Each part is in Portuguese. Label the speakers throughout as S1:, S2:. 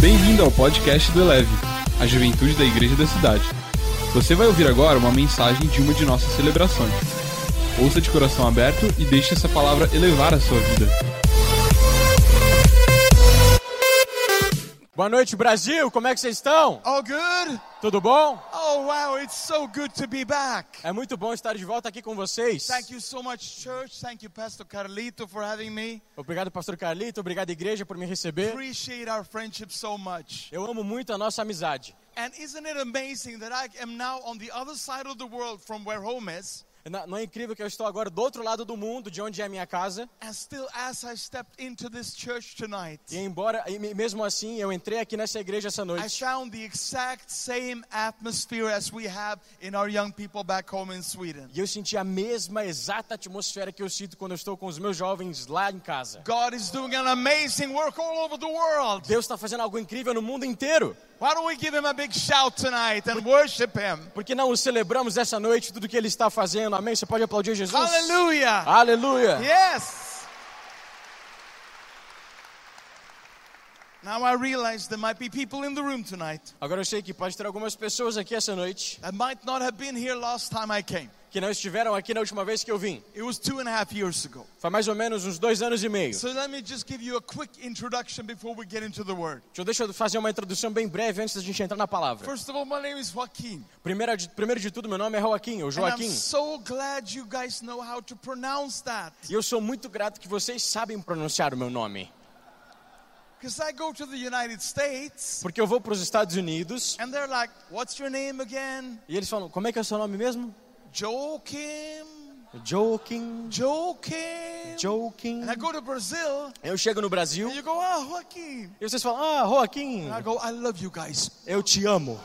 S1: Bem-vindo ao podcast do Eleve, a juventude da igreja da cidade. Você vai ouvir agora uma mensagem de uma de nossas celebrações. Ouça de coração aberto e deixe essa palavra elevar a sua vida.
S2: Boa noite, Brasil! Como é que vocês estão?
S3: All good?
S2: Tudo bom?
S3: Oh, wow, it's so good to be back.
S2: É muito bom estar de volta aqui com vocês.
S3: Thank you so much, church. Thank you, Pastor Carlito, for having me.
S2: Obrigado, pastor Carlito. Obrigado, igreja, por me receber.
S3: Appreciate our friendship so much.
S2: Eu amo muito a nossa amizade.
S3: And isn't it amazing that I am now on the other side of the world from where home is?
S2: Na- Não é incrível que eu estou agora do outro lado do mundo, de onde é a minha casa.
S3: And still, as I stepped into this church tonight,
S2: E embora, e me- mesmo assim, eu entrei aqui nessa igreja essa
S3: I
S2: noite.
S3: found the exact same atmosphere as we have in our young people back home in Sweden.
S2: E eu senti a mesma exata atmosfera que eu sinto quando eu estou com os meus jovens lá em casa.
S3: God is doing an amazing work all over the world.
S2: Deus está fazendo algo incrível no mundo inteiro.
S3: Why don't we give him a big shout tonight and worship him?
S2: Porque não o celebramos essa noite, tudo que ele está fazendo. Amém? Você pode aplaudir Jesus?
S3: Hallelujah!
S2: Ah. Aleluia!
S3: Yes. Now I realize there might be people in the room tonight
S2: Agora eu sei que pode ter algumas pessoas aqui essa noite
S3: that might not have been here last time I came.
S2: que não estiveram aqui na última vez que eu vim.
S3: It was two and a half years ago.
S2: Foi mais ou menos uns dois anos e meio.
S3: So let me just give you a quick introduction before we get into the word.
S2: Deixa eu- Deixa eu fazer uma introdução bem breve antes da gente entrar na palavra.
S3: First of all, my name is Joaquin.
S2: Primeiro de, primeiro de tudo, meu nome é Joaquim, ou
S3: And I'm
S2: Joaquim.
S3: so glad you guys know how to pronounce that.
S2: E eu sou muito grato que vocês sabem pronunciar o meu nome.
S3: Because I go to the United States
S2: Porque eu vou para os Estados Unidos
S3: and they're like, What's your name again?
S2: e eles falam, como é que é o seu nome mesmo?
S3: Joaquim.
S2: Joaquim,
S3: Joaquim.
S2: Joaquim.
S3: And I go to Brazil
S2: Eu chego no Brasil
S3: And you go, ah, Joaquim.
S2: e vocês falam, ah, Joaquim,
S3: And I go, I love you guys.
S2: eu te amo.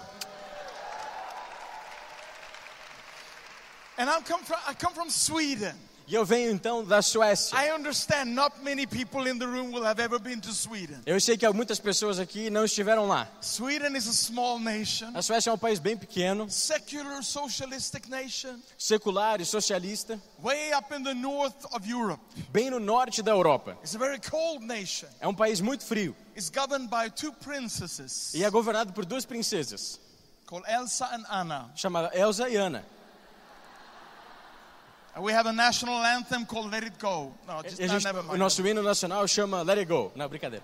S3: And I'm come from, I come from Sweden.
S2: E eu venho então da Suécia.
S3: I understand not many people in the room will have ever been to Sweden.
S2: Eu sei que há muitas pessoas aqui não estiveram lá.
S3: Sweden is a small nation,
S2: A Suécia é um país bem pequeno,
S3: secular, socialistic nation,
S2: secular e socialista,
S3: way up in the north of Europe.
S2: bem no norte da Europa.
S3: It's a very cold nation.
S2: É um país muito frio
S3: It's governed by two princesses
S2: e é governado por duas princesas,
S3: called Elsa and Anna.
S2: chamadas Elsa e Ana.
S3: And we have a national anthem called Let It Go. No,
S2: E
S3: just
S2: a
S3: no,
S2: gente-
S3: never
S2: o
S3: mind.
S2: nosso hino nacional chama Let It Go. Não, brincadeira.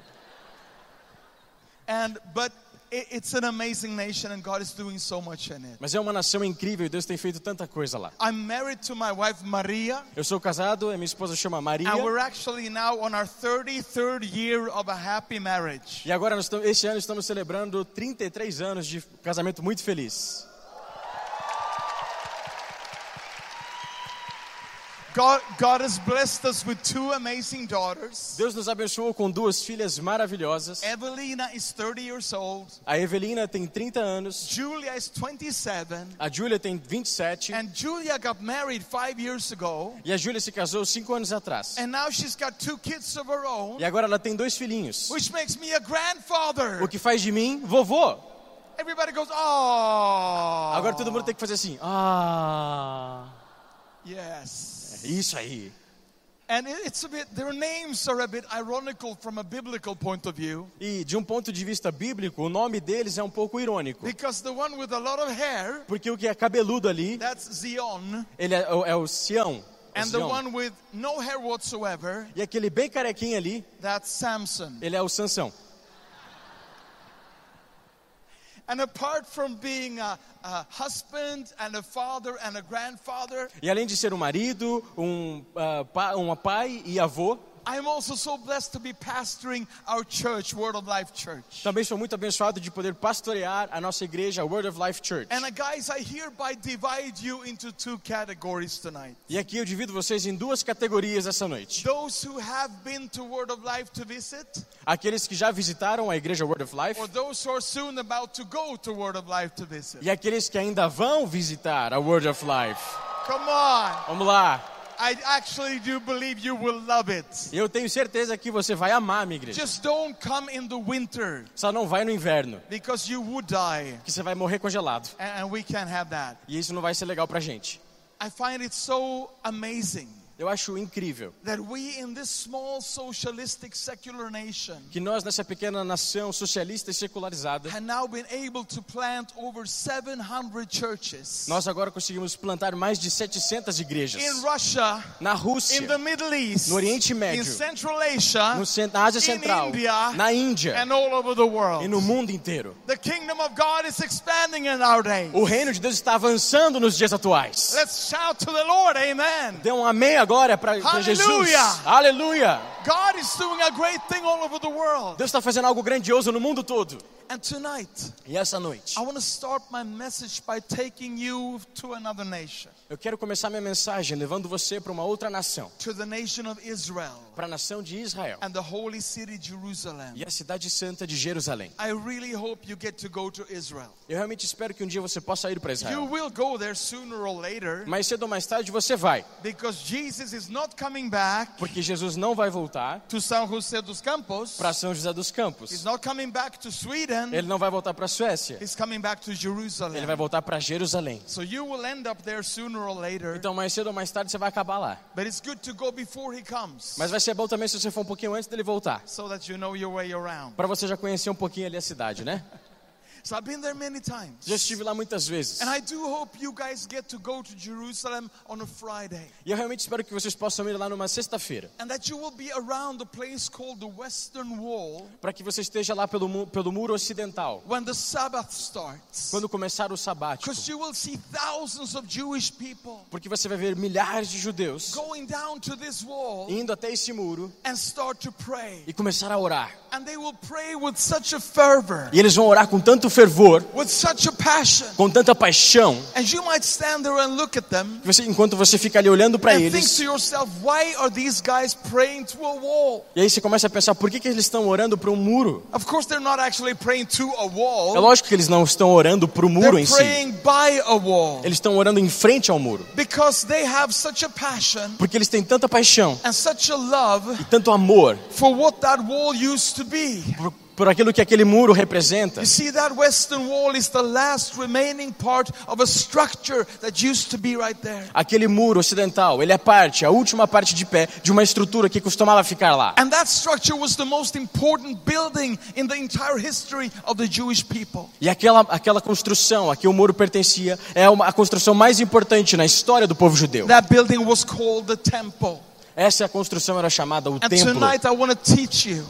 S3: And but it, it's an amazing nation, and God is doing so much in it.
S2: Mas é uma nação incrível e Deus tem feito tanta coisa lá.
S3: I'm married to my wife Maria,
S2: Eu sou casado, a minha esposa chama Maria.
S3: and we're actually now on our 33rd year of a happy marriage.
S2: E agora, nós estamos, esse ano, estamos celebrando 33 anos de casamento muito feliz.
S3: God, God has blessed us with two amazing daughters.
S2: Deus nos abençoou com duas filhas maravilhosas.
S3: Evelina is 30 years old,
S2: A Evelina tem 30 anos,
S3: Julia is 27,
S2: a Júlia tem 27
S3: and Julia got married five years ago,
S2: e a Júlia se casou 5 anos atrás.
S3: and now she's got two kids of her own,
S2: E agora ela tem dois filhinhos.
S3: which makes me a grandfather.
S2: O que faz de mim vovô.
S3: Everybody goes, oh.
S2: Agora todo mundo tem que fazer assim. Ah,
S3: Yes.
S2: é isso aí.
S3: And it- it's a bit, their names are a bit ironical from a biblical point of view.
S2: E de um ponto de vista bíblico, o nome deles é um pouco irônico.
S3: Because the one with a lot of hair,
S2: Porque o que é cabeludo ali,
S3: that's Zion.
S2: ele é, o- é o Sião. o
S3: And the
S2: Sião.
S3: one with no hair whatsoever,
S2: E aquele bem carequinho ali,
S3: that's Samson.
S2: ele é o Sansão.
S3: And apart from being a, a husband and a father and a grandfather,
S2: E além de ser um marido, um ah, pa- uma pai e avô,
S3: I'm also so blessed to be pastoring our church, Word of Life Church.
S2: também sou muito abençoado de poder pastorear a nossa igreja, a Word of Life Church.
S3: And uh, guys, I hereby divide you into two categories tonight.
S2: E aqui eu divido vocês em duas categorias essa noite.
S3: Those who have been to Word of Life to visit,
S2: Aqueles que já visitaram a igreja Word of Life
S3: or those who are soon about to go to Word of Life to visit.
S2: e aqueles que ainda vão visitar a Word of Life.
S3: Come on.
S2: Vamos lá.
S3: I actually do believe you will love it.
S2: Eu tenho certeza que você vai amar, minha igreja.
S3: Just don't come in the winter
S2: Só não vai no inverno,
S3: because you would die,
S2: que você vai morrer congelado.
S3: and and we can't have that.
S2: E isso não vai ser legal pra gente.
S3: I find it so amazing
S2: Eu acho incrível
S3: that we in this small socialistic secular nation
S2: que nós, nessa pequena nação socialista e secularizada,
S3: have now been able to plant over 700 churches
S2: nós agora conseguimos plantar mais de 700 igrejas.
S3: in Russia,
S2: Na
S3: in the
S2: Rússia,
S3: Middle East,
S2: No Oriente
S3: in
S2: Médio,
S3: Central Asia,
S2: no cen- na Ásia
S3: in
S2: Central,
S3: India,
S2: na Índia
S3: and all over the world.
S2: e no mundo inteiro.
S3: The kingdom of God is expanding in our day.
S2: O reino de Deus está avançando nos dias atuais.
S3: Let's shout to the Lord, amen.
S2: Dê um amém agora para Jesus.
S3: Aleluia!
S2: Aleluia!
S3: God is doing a great thing all over the world.
S2: Deus está fazendo algo grandioso no mundo todo.
S3: And tonight,
S2: E essa noite,
S3: I want to start my message by taking you to another nation,
S2: eu quero começar minha mensagem levando você para uma outra nação,
S3: to the nation of Israel
S2: para a nação de Israel
S3: and the holy city Jerusalem.
S2: e a cidade santa de Jerusalém.
S3: I really hope you get to go to Israel.
S2: Eu realmente espero que um dia você possa ir para
S3: You
S2: Israel.
S3: will go there sooner or later
S2: Mais cedo ou mais tarde você vai,
S3: because Jesus is not coming back
S2: porque Jesus não vai voltar
S3: to San Jose dos Campos.
S2: para São José dos
S3: He's
S2: Campos.
S3: not coming back to Sweden.
S2: Ele não vai voltar para a Suécia.
S3: He's coming back to
S2: Ele
S3: Jerusalem.
S2: vai voltar para Jerusalém.
S3: So you will end up there sooner or later.
S2: Então mais cedo ou mais tarde você vai acabar lá.
S3: But it's good to go before he comes
S2: Mas vai ser bom também se você for um pouquinho antes dele voltar,
S3: so that you know your way around.
S2: para você já conhecer um pouquinho ali a cidade, né?
S3: So I've been there many times.
S2: Já estive lá muitas vezes.
S3: And I do hope you guys get to go to Jerusalem on a Friday
S2: E eu realmente espero que vocês possam ir lá numa sexta-feira,
S3: and that you will be around the place called the Western Wall
S2: para que você esteja lá pelo, mu- pelo muro ocidental,
S3: when the Sabbath starts.
S2: quando começar o sabático,
S3: Because you will see thousands of Jewish people
S2: porque você vai ver milhares de judeus
S3: going down to this wall
S2: indo até esse muro
S3: and start to pray.
S2: e começar a orar.
S3: And they will pray with such a fervor,
S2: E eles vão orar com tanto fervor,
S3: with such a passion.
S2: com tanta paixão,
S3: And you might stand there and look at them
S2: que você, enquanto você fica ali olhando para
S3: and think
S2: eles,
S3: to yourself, why are these guys praying to a wall?
S2: e aí você começa a pensar, por que, que eles estão orando para um muro?
S3: Of course, they're not actually praying to a
S2: É
S3: wall.
S2: lógico que eles não estão orando para o muro
S3: Oh. They're
S2: em si.
S3: praying by a wall
S2: Eles estão orando em frente ao muro,
S3: because they have such a passion
S2: porque eles têm tanta paixão
S3: and such a love
S2: e tanto amor
S3: for what that wall used to be.
S2: por, por aquilo que aquele muro representa.
S3: You see, that western wall is the last remaining part of a structure that used to be right there.
S2: Aquele muro ocidental, ele é parte, a última parte de pé de uma estrutura que costumava ficar lá.
S3: And that structure was the most important building in the entire history of the Jewish people.
S2: E aquela, aquela construção a que o muro pertencia é uma, a construção mais importante na história do povo judeu.
S3: That building was called the temple.
S2: Essa construção era chamada o
S3: And
S2: templo.
S3: tonight I want to teach you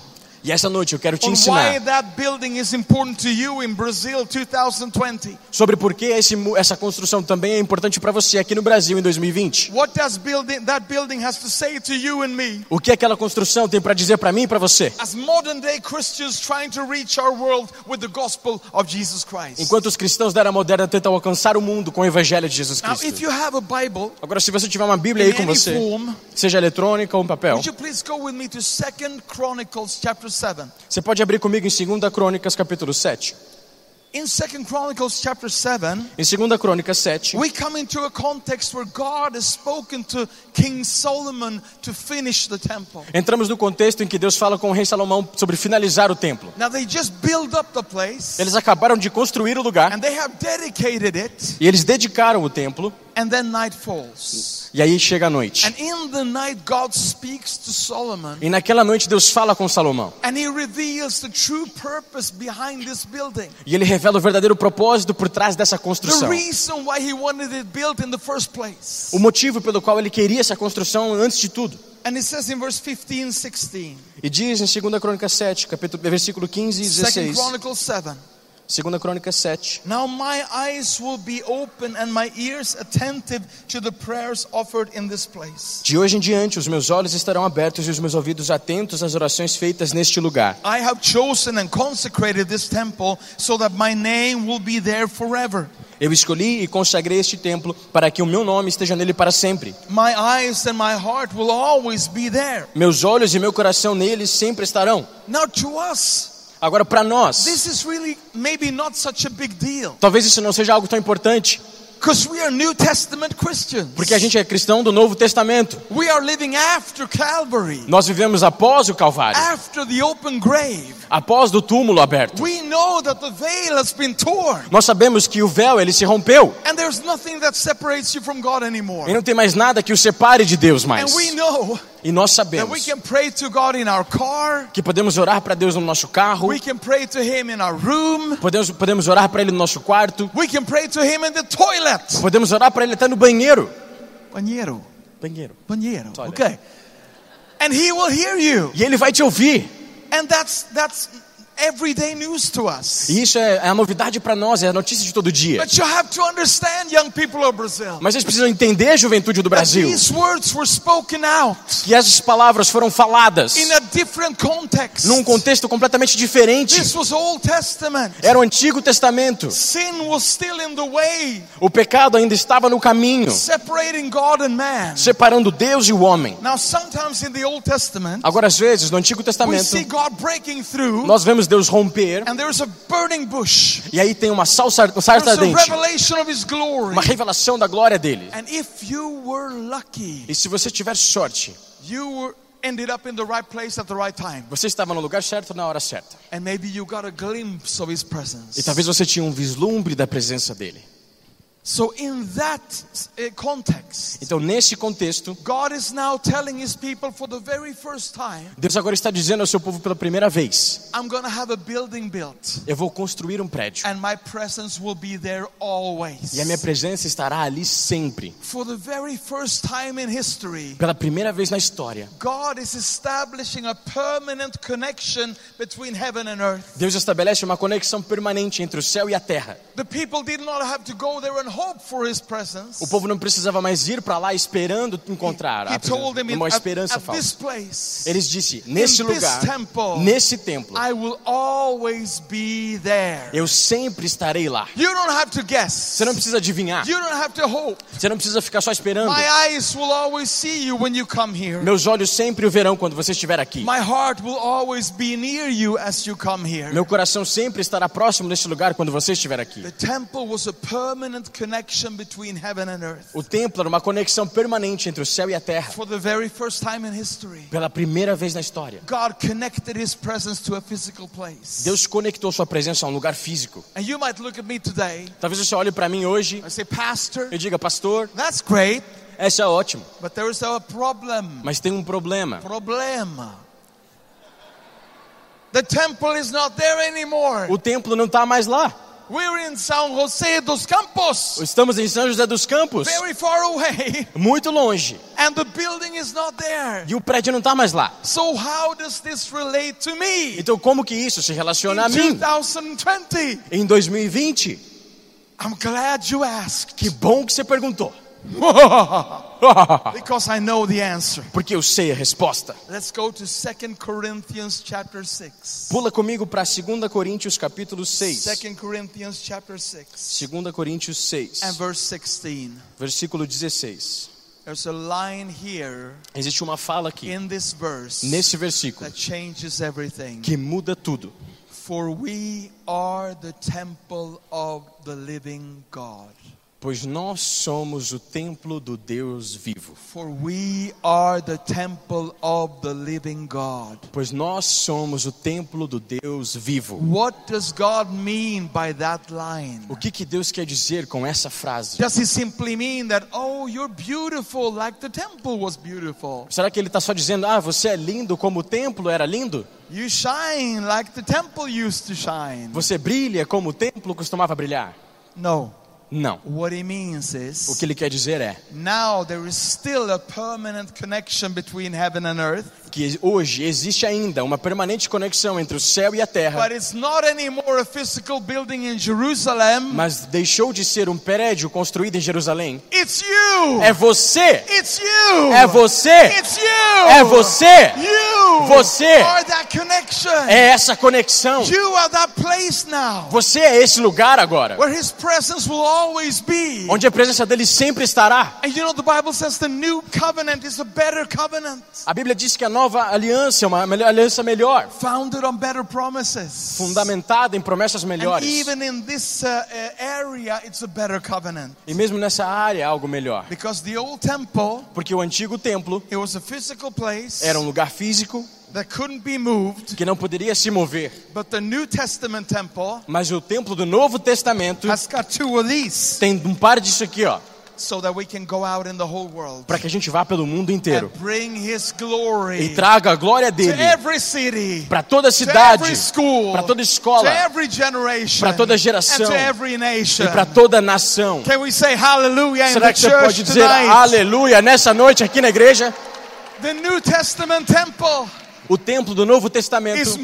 S2: E essa noite eu quero te
S3: on why
S2: ensinar
S3: that building is important to you in Brazil 2020.
S2: sobre por que esse, mu- essa construção também é importante para você aqui no Brasil em 2020.
S3: What does building, that building has to say to you and me
S2: O que aquela construção tem para dizer para mim e para você?
S3: as modern day Christians trying to reach our world with the gospel of Jesus Christ.
S2: Enquanto os cristãos da era moderna tentam alcançar o mundo com o evangelho de Jesus
S3: Now, if
S2: Cristo.
S3: you have a Bible
S2: Agora, se você tiver uma Bíblia
S3: in
S2: aí com
S3: any
S2: você,
S3: form,
S2: seja eletrônica ou em papel,
S3: would you please go with me to Second Chronicles chapter 7?
S2: Você pode abrir comigo em 2 Crônicas, capítulo 7.
S3: In Second Chronicles chapter 7,
S2: Em 2 Crônicas 7,
S3: we come into a context where God has spoken to King Solomon to finish the temple.
S2: entramos no contexto em que Deus fala com o rei Salomão sobre finalizar o templo.
S3: Now they just build up the place
S2: Eles acabaram de construir o lugar
S3: and they have dedicated it,
S2: e eles dedicaram o templo,
S3: and then night falls.
S2: e aí chega a noite.
S3: And in the night, God speaks to Solomon
S2: E naquela noite Deus fala com Salomão,
S3: and he reveals the true purpose behind this building.
S2: e ele revela o verdadeiro propósito por trás dessa
S3: The
S2: construção.
S3: reason why he wanted it built in the first place.
S2: O motivo pelo qual ele queria essa construção antes de tudo.
S3: And it says in verse 15, 16,
S2: E diz em 2 Crônicas 7, capítulo, versículo 15 e
S3: 2
S2: 16.
S3: Chronicles 7.
S2: 2 Crônicas 7.
S3: Now my eyes will be open and my ears attentive to the prayers offered in this place.
S2: De hoje em diante, os meus olhos estarão abertos e os meus ouvidos atentos às orações feitas neste lugar.
S3: I have chosen and consecrated this temple so that my name will be there forever.
S2: Eu escolhi e consagrei este templo para que o meu nome esteja nele para sempre.
S3: My eyes and my heart will always be there.
S2: Meus olhos e meu coração nele sempre estarão.
S3: Now, to us,
S2: Agora, para nós,
S3: this is really maybe not such a big deal.
S2: talvez isso não seja algo tão importante,
S3: Because we are New Testament Christians.
S2: Porque a gente é cristão do Novo Testamento.
S3: We are living after Calvary,
S2: Nós vivemos após o Calvário,
S3: after the open grave.
S2: após do túmulo aberto.
S3: We know that the veil has been torn,
S2: Nós sabemos que o véu ele se rompeu
S3: and there's nothing that separates you from God anymore.
S2: e não tem mais nada que o separe de Deus
S3: And
S2: mais.
S3: we know
S2: E nós
S3: that we
S2: sabemos
S3: can pray to God in our car,
S2: que podemos orar para Deus no nosso carro,
S3: we can pray to Him in our room,
S2: podemos podemos orar para Ele no nosso quarto,
S3: we can pray to Him in the toilet.
S2: podemos orar para Ele até no banheiro.
S3: Banheiro,
S2: Banheiro.
S3: banheiro.
S2: Toilet.
S3: Okay. And He will hear you.
S2: E Ele vai te ouvir.
S3: And that's that's everyday news to us.
S2: E isso é é a novidade para nós, é a notícia de todo dia.
S3: But you have to understand, young people of Brazil,
S2: Mas vocês precisam entender, juventude do
S3: that
S2: Brasil,
S3: these words were spoken out
S2: que essas palavras foram faladas
S3: in a different context.
S2: num contexto completamente diferente.
S3: This was Old Testament.
S2: Era o Antigo Testamento.
S3: Sin was still in the way,
S2: O pecado ainda estava no caminho,
S3: separating God and man.
S2: separando Deus e o homem.
S3: Now, sometimes in the Old Testament,
S2: Agora, às vezes, no Antigo
S3: we
S2: Testamento,
S3: see God breaking through,
S2: nós vemos Deus romper,
S3: and there is a burning bush.
S2: e aí tem uma salsa, um
S3: There's
S2: sarta
S3: a
S2: ardente,
S3: um revelation of His glory.
S2: uma revelação da glória dele.
S3: And if you were lucky,
S2: E se você tiver sorte,
S3: you were ended up in the right place at the right time.
S2: você estava no lugar certo na hora certa.
S3: And maybe you got a glimpse of His
S2: E
S3: presence.
S2: talvez você tinha um vislumbre da presença dele.
S3: So, in that uh, context,
S2: Então, nesse contexto,
S3: God is now telling His people for the very first time,
S2: Deus agora está dizendo ao seu povo pela primeira vez:
S3: I'm going to have a building built,
S2: Eu vou construir um prédio,
S3: and my presence will be there always.
S2: e a minha presença estará ali sempre.
S3: For the very first time in history,
S2: Pela primeira vez na história,
S3: God is establishing a permanent connection between heaven and earth.
S2: Deus estabelece uma conexão permanente entre o céu e a terra.
S3: The people did not have to go there and hope for His presence.
S2: O povo não precisava mais ir para lá esperando encontrar
S3: He
S2: a
S3: told them,
S2: presença,
S3: in,
S2: uma
S3: at,
S2: esperança
S3: at this
S2: falsa.
S3: place,
S2: Eles disse: nesse
S3: in this
S2: lugar,
S3: temple,
S2: nesse templo,
S3: I will always be there.
S2: eu sempre estarei lá.
S3: You don't have to guess.
S2: Você não precisa adivinhar.
S3: You don't have to hope.
S2: Você não precisa ficar só esperando.
S3: My eyes will always see you when you come here.
S2: Meus olhos sempre o verão quando você estiver aqui.
S3: My heart will always be near you as you come here.
S2: Meu coração sempre estará próximo desse lugar quando você estiver aqui.
S3: The temple was a permanent connection between heaven and earth
S2: O templo era uma conexão permanente entre o céu e a terra.
S3: for the very first time in history.
S2: Pela primeira vez na história,
S3: God connected his presence to a physical place.
S2: Deus conectou sua presença a um lugar físico.
S3: And you might look at me today
S2: Talvez você olhe para mim hoje
S3: and say, Pastor,
S2: e diga, pastor,
S3: that's great,
S2: essa é ótimo,
S3: but there is a problem.
S2: mas tem um problema.
S3: Problema. The temple is not there anymore.
S2: O templo não está mais lá.
S3: We're in São José dos Campos,
S2: Estamos em São José dos Campos,
S3: very far away,
S2: muito longe,
S3: and the building is not there.
S2: e o prédio não está mais lá.
S3: So, how does this relate to me?
S2: Então, como que isso se relaciona a
S3: In
S2: mim
S3: 2020,
S2: em 2020?
S3: I'm glad you asked
S2: Que bom que você perguntou,
S3: because I know the answer.
S2: porque eu sei a resposta.
S3: Let's go to 2 Corinthians chapter 6.
S2: Pula comigo para 2 Coríntios capítulo 6.
S3: 2 Corinthians chapter 6
S2: 2 Coríntios 6,
S3: and verse 16.
S2: versículo 16.
S3: There's a line here
S2: Existe uma fala aqui,
S3: in this verse
S2: nesse versículo,
S3: that changes everything.
S2: que muda tudo.
S3: For we are the temple of the living God.
S2: Pois nós somos o templo do Deus vivo.
S3: For we are the temple of the living God.
S2: Pois nós somos o templo do Deus vivo.
S3: What does God mean by that line?
S2: O que, que Deus quer dizer com essa frase?
S3: Does it simply mean that, oh, you're beautiful like the temple was beautiful?
S2: Será que ele está só dizendo, ah, você é lindo como o templo era lindo?
S3: You shine like the temple used to shine?
S2: Você brilha como o templo costumava brilhar?
S3: No.
S2: Não.
S3: What it means
S2: O
S3: is
S2: que ele quer dizer é
S3: now there is still a permanent connection between heaven and earth,
S2: que hoje existe ainda uma permanente conexão entre o céu e a
S3: but
S2: terra,
S3: it's not anymore a physical building in Jerusalem.
S2: mas deixou de ser um prédio construído em Jerusalém.
S3: It's you!
S2: É você!
S3: It's you!
S2: É você!
S3: It's you!
S2: É você!
S3: You
S2: Você.
S3: are that connection!
S2: É essa conexão!
S3: You are that place now
S2: Você é esse lugar agora,
S3: where His presence will always be.
S2: onde a presença dele sempre estará.
S3: And you know, the Bible says the new covenant is a better covenant.
S2: A Bíblia diz que a nova aliança, é uma melhor- aliança melhor,
S3: founded on better promises.
S2: fundamentada em promessas
S3: And
S2: melhores.
S3: even in this uh, uh, area, it's a better covenant.
S2: E mesmo nessa área, algo melhor.
S3: Because the old temple,
S2: Porque o antigo templo
S3: it was a physical place
S2: era um lugar físico
S3: that couldn't be moved,
S2: que não poderia se mover.
S3: but the New Testament temple
S2: Mas o templo do Novo Testamento
S3: has got two of these
S2: tem um par disso aqui, ó.
S3: so that we can go out in the whole world
S2: Para que a gente vá pelo mundo inteiro
S3: and bring his glory
S2: e traga a glória
S3: to
S2: dele
S3: every city.
S2: para toda a
S3: To
S2: cidade,
S3: every school,
S2: para toda escola
S3: to every generation,
S2: pra toda
S3: and
S2: geração,
S3: to every nation.
S2: e para toda a nação.
S3: Can we say hallelujah in
S2: Será
S3: the
S2: que você
S3: church
S2: pode dizer
S3: tonight?
S2: aleluia nessa noite aqui na igreja?
S3: The New Testament temple
S2: O templo do Novo Testamento
S3: is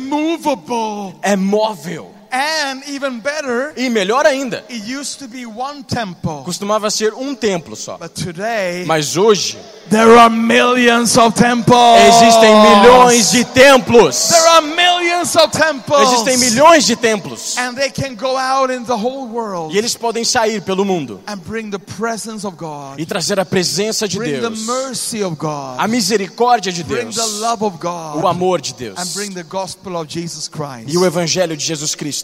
S3: movable.
S2: é móvel.
S3: And even better,
S2: E melhor ainda,
S3: it used to be one temple.
S2: costumava ser um templo só.
S3: But today,
S2: Mas hoje
S3: there are millions of temples.
S2: existem milhões de templos.
S3: Oh, There are millions of temples.
S2: Existem milhões de templos.
S3: And they can go out in the whole world
S2: E eles podem sair pelo mundo
S3: and bring the presence of God,
S2: e trazer a presença de
S3: bring the
S2: Deus,
S3: mercy of God,
S2: a misericórdia de
S3: bring
S2: Deus,
S3: the love of
S2: o
S3: God,
S2: amor de Deus
S3: and bring the gospel of Jesus Christ.
S2: e o evangelho de Jesus Cristo.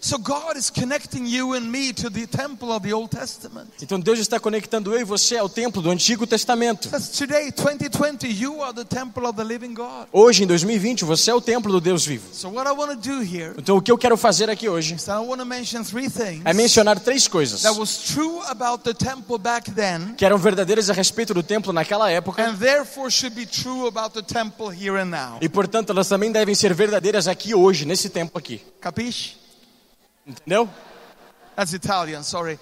S3: So God is connecting you and me to the temple of the Old Testament.
S2: Então Deus está conectando eu e você ao templo do Antigo Testamento.
S3: That's today, 2020, you are the temple of the living God.
S2: Hoje, em 2020, você é o templo do Deus vivo.
S3: So, what I want to do here
S2: Então, o que eu quero fazer aqui hoje
S3: is I want to mention three things
S2: é mencionar três coisas
S3: that was true about the temple back then
S2: que eram verdadeiras a respeito do templo naquela época
S3: and therefore should be true about the temple here and now.
S2: e, portanto, elas também devem ser verdadeiras aqui hoje, nesse tempo aqui.
S3: Capiche?
S2: Entendeu?
S3: That's Italian, sorry.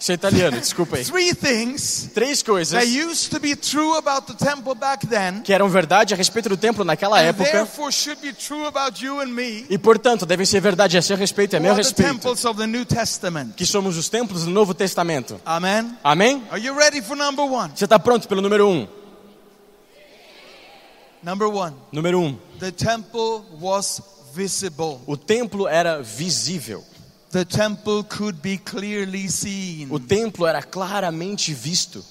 S2: Isso é italiano, desculpa aí.
S3: Three things
S2: Três
S3: that
S2: coisas
S3: used to be true about the temple back then
S2: que eram verdade a respeito do templo naquela
S3: and
S2: época
S3: therefore should be true about you and me
S2: e, portanto, devem ser verdade a seu respeito e a
S3: who
S2: meu
S3: are the
S2: respeito,
S3: temples of the New Testament.
S2: que somos os templos do Novo Testamento.
S3: Amen.
S2: Amém?
S3: Are you ready for number one?
S2: Você está pronto pelo número um?
S3: Number one,
S2: Número um.
S3: the temple was visible.
S2: O templo era visível.
S3: The temple could be clearly seen.
S2: O templo era claramente visto.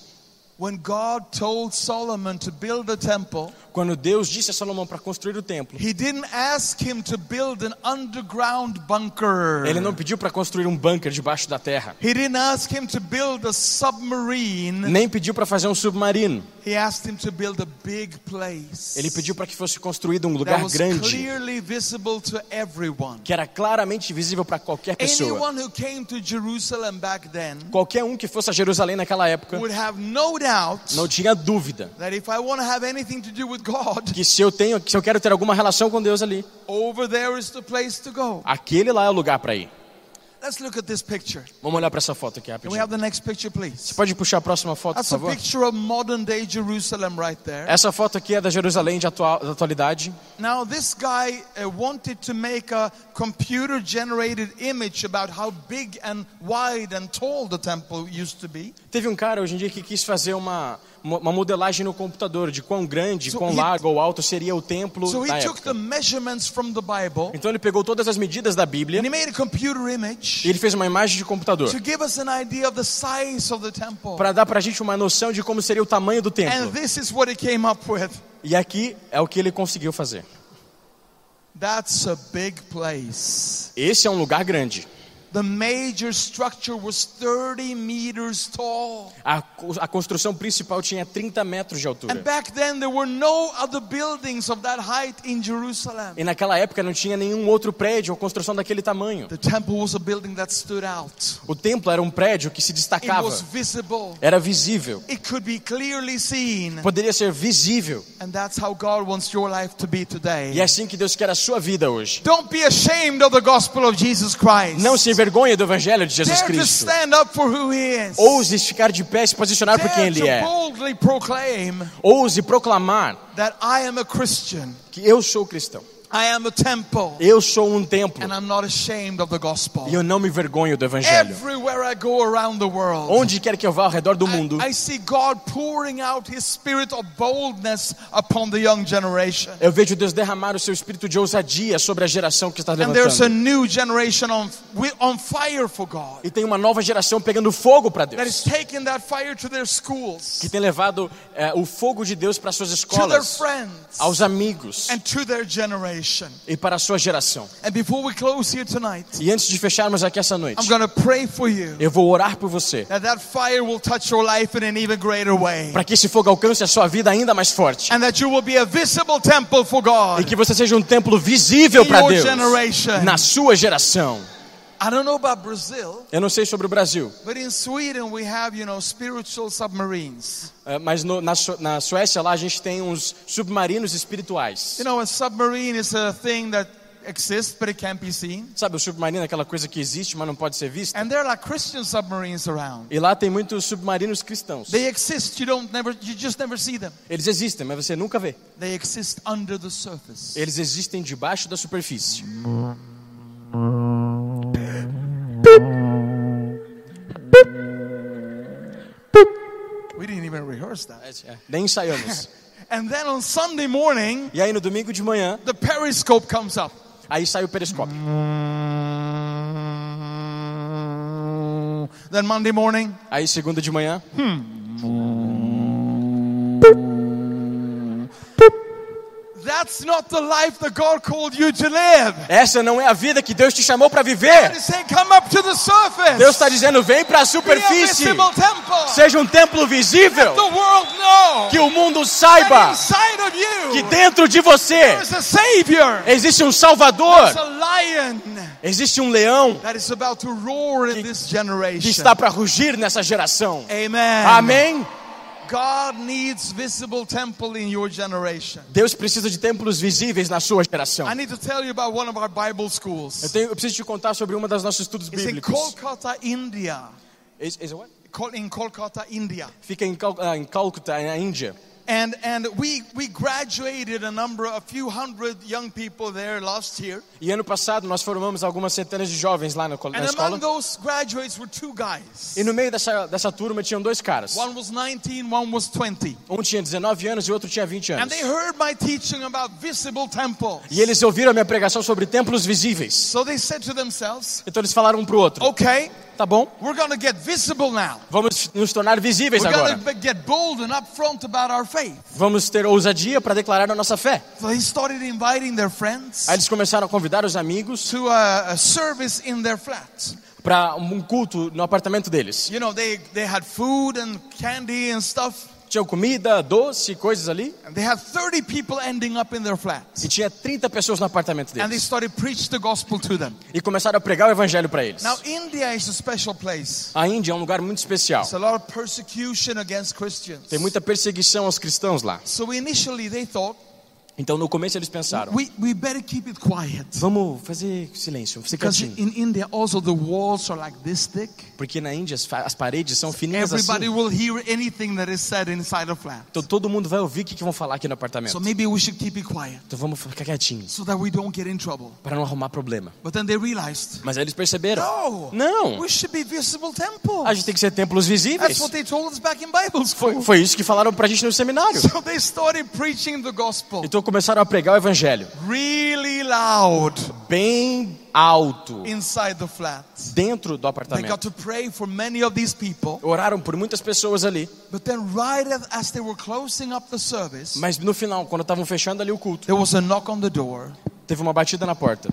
S3: When God told Solomon to build a temple,
S2: Quando Deus disse a Salomão para construir o templo,
S3: he didn't ask him to build an underground bunker.
S2: ele não pediu para construir um bunker debaixo da terra,
S3: He didn't ask him to build a submarine.
S2: nem pediu para fazer um submarino.
S3: He asked him to build a big place
S2: Ele pediu para que fosse construído um
S3: that
S2: lugar
S3: was
S2: grande,
S3: clearly visible to everyone.
S2: que era claramente visível para qualquer pessoa.
S3: Anyone who came to Jerusalem back then
S2: Qualquer um que fosse a Jerusalém naquela época
S3: would have no doubt
S2: não tinha dúvida
S3: that if I want to have anything to do with God,
S2: que se eu tenho, que se eu quero ter alguma relação com Deus ali,
S3: over there is the place to go.
S2: aquele lá é o lugar para ir.
S3: Let's look at this picture.
S2: Vamos olhar para essa foto aqui
S3: Can we
S2: rapidinho.
S3: have the next picture, please?
S2: Pode puxar a próxima foto, por
S3: That's a
S2: favor?
S3: picture of modern day Jerusalem right there.
S2: Essa foto aqui é da Jerusalém de atua- da atualidade.
S3: Now, this guy uh, wanted to make a computer generated image about how big and wide and tall the temple used to be.
S2: Teve um cara hoje em dia que quis fazer uma, uma modelagem no computador de quão grande,
S3: So
S2: quão
S3: he-
S2: largo ou alto seria o templo
S3: So he
S2: na
S3: took
S2: época.
S3: the measurements from the Bible
S2: Então ele pegou todas as medidas da Bíblia
S3: and he made a computer
S2: e
S3: image
S2: ele fez uma imagem de computador
S3: to give us an idea of the size of the temple.
S2: para dar pra gente uma noção de como seria o tamanho do
S3: And
S2: templo.
S3: this is what he came up with.
S2: E aqui é o que ele conseguiu fazer.
S3: That's a big place.
S2: Esse é um lugar grande.
S3: The major structure was 30 meters tall.
S2: A, co- a construção principal tinha 30 metros de
S3: And
S2: altura.
S3: back then, there were no other buildings of that height in Jerusalem.
S2: E naquela época não tinha nenhum outro prédio ou construção daquele tamanho.
S3: The temple was a building that stood out.
S2: O templo era um prédio que se
S3: It
S2: destacava,
S3: was visible.
S2: era visível,
S3: It could be clearly seen.
S2: poderia ser visível.
S3: And that's how God wants your life to be
S2: E é
S3: today.
S2: assim que Deus quer a sua vida hoje.
S3: Don't be ashamed of the gospel of Jesus Christ.
S2: Não se envergonhe do evangelho de Jesus
S3: Dare to
S2: Cristo.
S3: stand up for who He is.
S2: Ouse ficar de pé e se posicionar por quem
S3: Dare
S2: ele
S3: to
S2: é.
S3: boldly proclaim
S2: Ouse proclamar
S3: that I am a Christian.
S2: que eu sou cristão.
S3: I am a temple,
S2: Eu sou um templo
S3: and I'm not ashamed of the gospel.
S2: e eu não me vergonho do
S3: É
S2: evangelho.
S3: Everywhere I go around the world,
S2: Onde quer que eu vá ao redor do mundo,
S3: I, I see God pouring out His spirit of boldness upon the young generation.
S2: eu vejo Deus derramar o seu espírito de ousadia sobre a geração que está
S3: And there's a
S2: levantando.
S3: new generation on, wi- on fire for God
S2: E tem uma nova geração pegando fogo para
S3: that is
S2: Deus,
S3: taking that fire to their
S2: que
S3: schools,
S2: tem levado eh, o fogo de Deus para suas
S3: to their
S2: escolas,
S3: friends,
S2: aos amigos
S3: and to their generation.
S2: e para a sua geração.
S3: And before we close here tonight,
S2: E antes de fecharmos aqui essa noite,
S3: I'm going to pray for you
S2: eu vou orar por você,
S3: that that fire will touch your life in an even greater way,
S2: para que esse fogo alcance a sua vida ainda mais forte
S3: and that you will be a visible temple for
S2: e
S3: God
S2: que você seja um templo visível
S3: in
S2: para
S3: your
S2: Deus
S3: generation.
S2: na sua geração.
S3: I don't know about Brazil.
S2: Eu não sei sobre o Brasil,
S3: But in Sweden, we have, you know, spiritual submarines.
S2: eh, mas no- na, Su- na Suécia lá a gente tem uns submarinos espirituais.
S3: You know, a submarine is a thing that exists, but it can't be seen.
S2: Sabe, o submarino é aquela coisa que existe, mas não pode ser vista.
S3: And there are like Christian submarines around.
S2: E lá tem muitos submarinos cristãos.
S3: They exist. You don't never, you just never see them.
S2: Eles existem, mas você nunca vê.
S3: They exist under the surface.
S2: Eles existem debaixo da superfície.
S3: Mm. We didn't even rehearse that.
S2: É, Nem ensaiamos.
S3: And then on Sunday morning,
S2: E aí no domingo de manhã,
S3: the periscope comes up.
S2: aí sai o periscópio.
S3: Then Monday morning,
S2: Aí segunda de manhã,
S3: that's not the life that God called you to live.
S2: essa não é a vida que Deus te chamou para
S3: And
S2: viver.
S3: He's saying, come up to the surface.
S2: Deus está dizendo, vem para a
S3: Be a
S2: superfície.
S3: visible temple.
S2: Seja um templo visível.
S3: the world know
S2: Que o mundo
S3: that
S2: saiba
S3: inside of
S2: que
S3: you
S2: dentro de você
S3: there is a savior.
S2: existe um Salvador,
S3: There's a lion
S2: existe um leão
S3: that is about to roar in this
S2: que
S3: generation.
S2: está para rugir nessa geração.
S3: Amen.
S2: Amém?
S3: God needs visible temple in your generation.
S2: Deus precisa de templos visíveis na sua geração.
S3: I need to tell you about one of our Bible
S2: Eu,
S3: schools.
S2: tenho- eu preciso te contar sobre uma das nossos estudos
S3: It's in
S2: bíblicos.
S3: Kolkata, India.
S2: Is- is it what?
S3: Col- In Kolkata, India.
S2: Fica em, Cal, ah, em Calcutá, na Índia.
S3: And and we we graduated a number a few hundred young people there last year.
S2: E ano passado nós formamos algumas centenas de jovens lá na, col- na
S3: And among
S2: escola.
S3: those graduates were two guys.
S2: E no meio dessa, dessa turma tinham dois caras.
S3: One was 19, one was 20.
S2: Um tinha 19 anos e o outro tinha 20
S3: And
S2: anos.
S3: they heard my teaching about visible temples.
S2: E eles ouviram a minha pregação sobre templos visíveis.
S3: So they said to themselves,
S2: Então eles falaram um pro outro:
S3: okay,
S2: tá bom,
S3: we're going to get visible now.
S2: vamos nos tornar visíveis
S3: We're
S2: agora.
S3: going to get bold and upfront about our faith.
S2: Vamos ter ousadia para declarar a nossa fé.
S3: So they started inviting their friends
S2: Aí eles começaram a convidar os amigos
S3: to a, a service in their flat.
S2: para um culto no apartamento deles.
S3: You know, they, they had food and candy and stuff.
S2: Tinham comida, doce, coisas ali.
S3: And they had 30 people ending up in their flat.
S2: E tinha 30 pessoas no apartamento
S3: And they
S2: deles.
S3: started preach the gospel to them.
S2: E começaram a pregar o evangelho para eles.
S3: Now, India is a special place.
S2: A Índia é um lugar muito especial.
S3: There's a lot of persecution against Christians.
S2: Tem muita perseguição aos cristãos lá.
S3: So initially they thought,
S2: Então no começo eles pensaram:
S3: we, we better keep it quiet.
S2: vamos fazer silêncio, fica
S3: Because
S2: quietinho.
S3: in India also the walls are like this thick.
S2: Porque na Índia as, fa- as paredes são fininhas
S3: Everybody
S2: assim.
S3: will hear anything that is said inside a flat.
S2: Então todo mundo vai ouvir o que, que vão falar aqui no
S3: So
S2: apartamento.
S3: maybe we should keep it quiet
S2: Então vamos ficar quietinhos
S3: so that we don't get in trouble.
S2: para não arrumar problema.
S3: But then they realized,
S2: Mas aí eles perceberam:
S3: no,
S2: não,
S3: we should be visible temple.
S2: a gente tem que ser templos visíveis.
S3: That's what they told us back in Bible
S2: Foi,
S3: school.
S2: foi isso que falaram pra gente no seminário.
S3: So they started preaching the gospel
S2: Então começaram a pregar o evangelho
S3: really loud
S2: bem alto
S3: inside the flat.
S2: dentro do
S3: They got
S2: apartamento.
S3: to pray for many of these people.
S2: Oraram por muitas pessoas ali,
S3: But then, right as- as they were closing up the service,
S2: mas no final, quando estavam fechando ali o culto,
S3: there was a knock on the door,
S2: teve uma batida na porta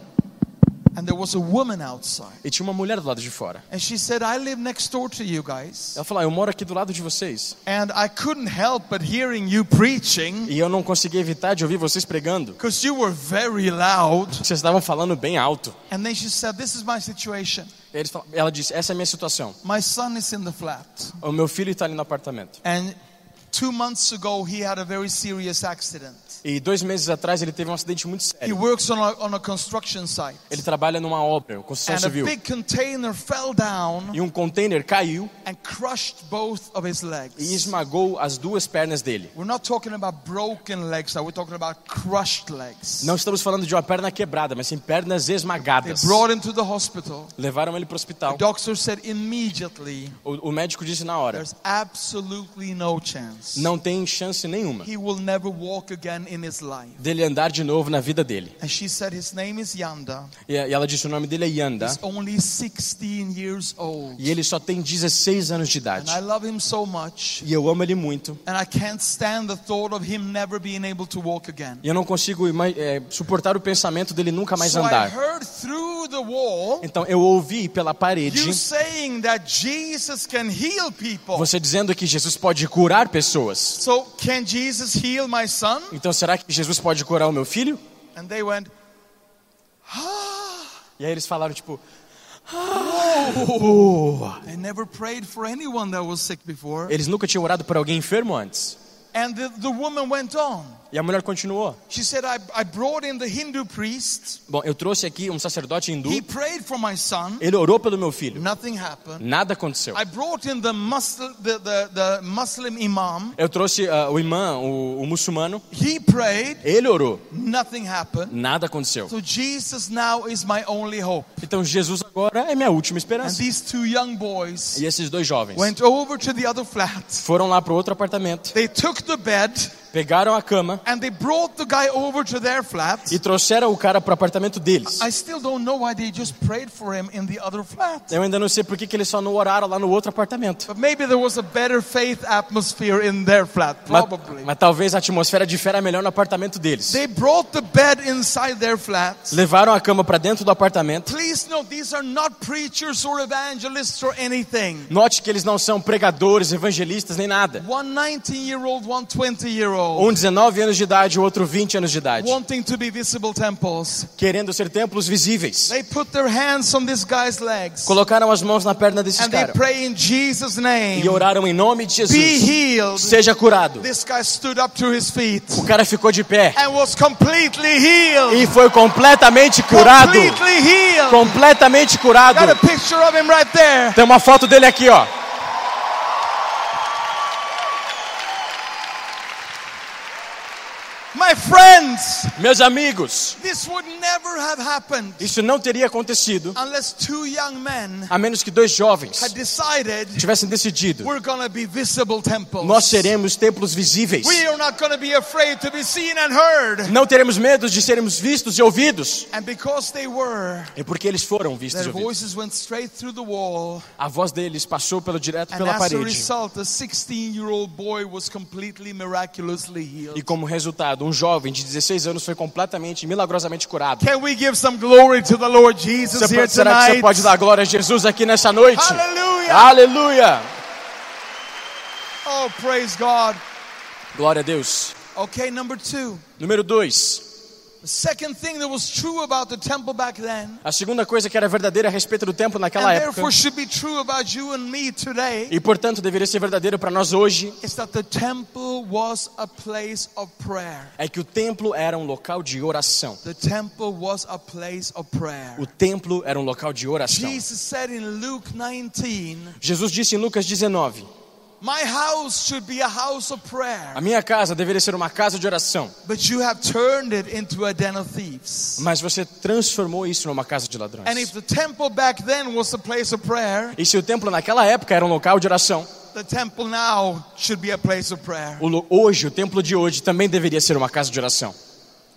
S3: and there was a woman outside.
S2: e tinha uma mulher do lado de fora.
S3: And she said, I live next door to you guys.
S2: Ela falou: ah, "Eu moro aqui do lado de vocês
S3: And I couldn't help but hearing you preaching
S2: e eu não consegui evitar de ouvir vocês pregando.
S3: because you were very loud.
S2: Vocês estavam falando bem alto."
S3: And then she said, This is my situation.
S2: Eles falam- ela disse: "Essa é a minha situação.
S3: My son is in the flat.
S2: O meu filho está ali no apartamento.
S3: And two months ago, he had a very serious accident.
S2: E dois meses atrás ele teve um acidente muito
S3: He
S2: sério.
S3: works on a, on a construction site.
S2: Ele trabalha numa obra, construção
S3: And a
S2: civil.
S3: big container fell down
S2: E um container caiu
S3: and crushed both of his
S2: e
S3: legs.
S2: esmagou as duas pernas dele.
S3: We're not talking about broken legs now, we're talking about crushed legs.
S2: Não estamos falando de uma perna quebrada, mas sim pernas
S3: They
S2: esmagadas.
S3: brought him to the hospital.
S2: Levaram ele para o hospital.
S3: Doctor said immediately,
S2: O, o médico disse na hora:
S3: there's absolutely no chance.
S2: não tem chance nenhuma
S3: He will never walk again in his life.
S2: dele andar de novo na vida dele.
S3: And she said his name is Yanda.
S2: E, e ela disse: o nome dele é Yanda
S3: He's only 16 years old.
S2: e ele só tem 16 anos de idade.
S3: And I love him so much.
S2: E eu amo ele muito.
S3: And I can't stand the thought of him never being able to walk again.
S2: E eu não consigo ima- é, suportar o pensamento dele nunca mais
S3: So I
S2: andar.
S3: heard through the wall
S2: Então eu ouvi pela parede
S3: you saying that Jesus can heal people.
S2: você dizendo que Jesus pode curar pessoas.
S3: So can Jesus heal my son?
S2: Então será que Jesus pode curar o meu filho?
S3: And they went, ah.
S2: E aí eles falaram tipo, "Oh!"
S3: They never prayed for anyone that was sick before.
S2: eles nunca tinham orado por alguém enfermo antes.
S3: And the, the woman went on.
S2: E a mulher continuou.
S3: She said, I, I brought in the Hindu priest.
S2: Bom, eu trouxe aqui um sacerdote hindu.
S3: He prayed for my son.
S2: Ele orou pelo meu filho.
S3: Nothing happened.
S2: Nada aconteceu.
S3: I brought in the Muslim, the, the, the Muslim imam.
S2: Eu trouxe ah, o imã, o, o muçulmano.
S3: He prayed.
S2: Ele orou.
S3: Nothing happened.
S2: Nada aconteceu.
S3: So Jesus now is my only hope.
S2: Então Jesus agora é minha última
S3: And
S2: esperança.
S3: these two young boys
S2: E esses dois jovens
S3: went over to the other flat.
S2: foram lá para outro apartamento,
S3: They took the bed
S2: pegaram a cama
S3: and they brought the guy over to their flat.
S2: e trouxeram o cara para o apartamento deles.
S3: I still don't know why they just prayed for him in the other flat.
S2: Eu ainda não sei por que que eles só não oraram lá no outro apartamento.
S3: But maybe there was a better faith atmosphere in their flat,
S2: Mas,
S3: probably.
S2: mas talvez a atmosfera de fera é melhor no apartamento deles.
S3: They brought the bed inside their flat.
S2: Levaram a cama para dentro do apartamento.
S3: Please note, these are not preachers or evangelists or anything.
S2: Note que eles não são pregadores, evangelistas nem nada.
S3: One 19 year old, one 20 year old,
S2: Um 19 anos de idade, o outro 20 anos de idade,
S3: wanting to be visible temples.
S2: querendo ser templos visíveis.
S3: They put their hands on this guy's legs
S2: Colocaram as mãos na perna desses
S3: and they
S2: caras
S3: pray in Jesus' name.
S2: e oraram em nome de
S3: Be
S2: Jesus.
S3: healed.
S2: Seja curado.
S3: This guy stood up to his feet
S2: O cara ficou de pé
S3: and was completely healed.
S2: e foi completamente curado.
S3: Completely healed.
S2: Completamente curado.
S3: Got a picture of him right there.
S2: Tem uma foto dele aqui, ó.
S3: My friends,
S2: Meus amigos,
S3: this would never have happened
S2: isso não teria acontecido
S3: unless two young men
S2: a menos que dois jovens
S3: had decided
S2: tivessem decidido.
S3: we're going to be visible temples.
S2: Nós seremos templos visíveis.
S3: We are not going to be afraid to be seen and heard.
S2: Não teremos medo de sermos vistos e ouvidos.
S3: And because they were,
S2: É porque eles foram vistos e
S3: their
S2: ouvidos.
S3: voices went straight through the wall.
S2: A voz deles passou pelo direto
S3: And
S2: pela
S3: as a
S2: parede.
S3: result, a 16 year old boy was completely miraculously
S2: E
S3: healed.
S2: como resultado, um jovem de 16 anos foi completamente, milagrosamente curado.
S3: Can we give some glory to the Lord Jesus
S2: Você
S3: here
S2: pode, será que você
S3: tonight?
S2: pode dar glória a Jesus aqui nessa noite?
S3: Hallelujah!
S2: Aleluia!
S3: Oh, praise God.
S2: Glória a Deus.
S3: Okay, number two.
S2: Número 2.
S3: The second thing that was true about the temple back then,
S2: A segunda coisa que era verdadeira a respeito do templo naquela
S3: and
S2: época,
S3: therefore should be true about you and me today,
S2: e portanto deveria ser verdadeiro para nós hoje,
S3: is that the temple was a place of prayer.
S2: é que o templo era um local de oração.
S3: The temple was a place of prayer.
S2: O templo era um local de oração.
S3: Jesus said in Luke 19,
S2: Jesus disse em Lucas 19:
S3: My house should be a house of prayer.
S2: A minha casa deveria ser uma casa de oração,
S3: But you have turned it into a den of thieves.
S2: mas você transformou isso numa casa de ladrões.
S3: And if the temple back then was a place of prayer,
S2: E se o templo naquela época era um local de oração,
S3: the temple now should be a place of prayer.
S2: o lo- hoje, o templo de hoje, também deveria ser uma casa de oração.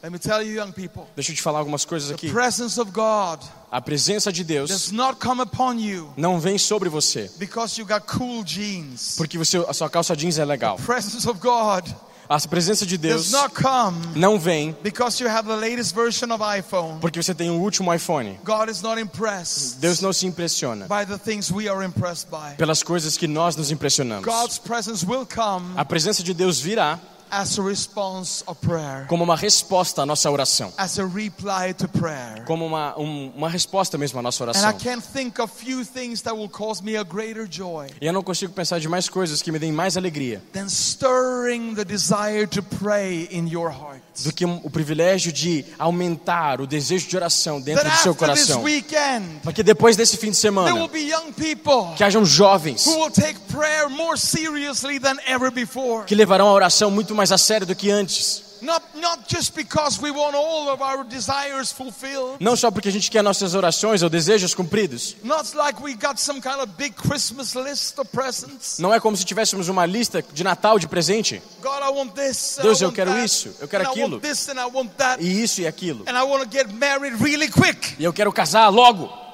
S3: Let me tell you, young people,
S2: Deixa eu te falar algumas coisas
S3: the
S2: aqui.
S3: presence of God
S2: A presença de Deus
S3: does not come upon you
S2: não vem sobre você,
S3: because you got cool jeans.
S2: porque você, a sua calça jeans é legal.
S3: The presence of God
S2: A presença de Deus
S3: does not come
S2: não vem
S3: because you have the latest version of iPhone.
S2: porque você tem o último iPhone.
S3: God is not impressed
S2: Deus não se impressiona
S3: by the things we are impressed by.
S2: pelas coisas que nós nos impressionamos.
S3: God's presence will come
S2: A presença de Deus virá
S3: as a response of prayer,
S2: como uma resposta à nossa oração,
S3: as a reply to prayer.
S2: como uma, um- uma resposta mesmo à nossa
S3: And I
S2: oração.
S3: can think of few things that will cause me a greater joy
S2: E eu não consigo pensar de mais coisas que me deem mais alegria
S3: than stirring the desire to pray in your heart.
S2: do
S3: it.
S2: que um- o privilégio de aumentar o desejo de oração dentro
S3: That
S2: do seu
S3: after this
S2: coração.
S3: weekend,
S2: Para que depois desse fim de
S3: there will
S2: semana,
S3: be young people
S2: que hajam jovens
S3: who will take prayer more seriously than ever before.
S2: que levarão a oração muito mais a sério do que antes.
S3: Not, not just because we want all of our desires fulfilled.
S2: Não só porque a gente quer nossas orações ou desejos cumpridos.
S3: Not like we got some kind of big Christmas list of presents.
S2: Não é como se tivéssemos uma lista de Natal de presente.
S3: God, I want this. and
S2: Deus,
S3: I
S2: eu
S3: want
S2: quero
S3: that,
S2: isso, eu quero
S3: and I
S2: aquilo.
S3: want this and I want that.
S2: E isso e aquilo.
S3: And I want to get married really quick.
S2: E eu quero casar logo.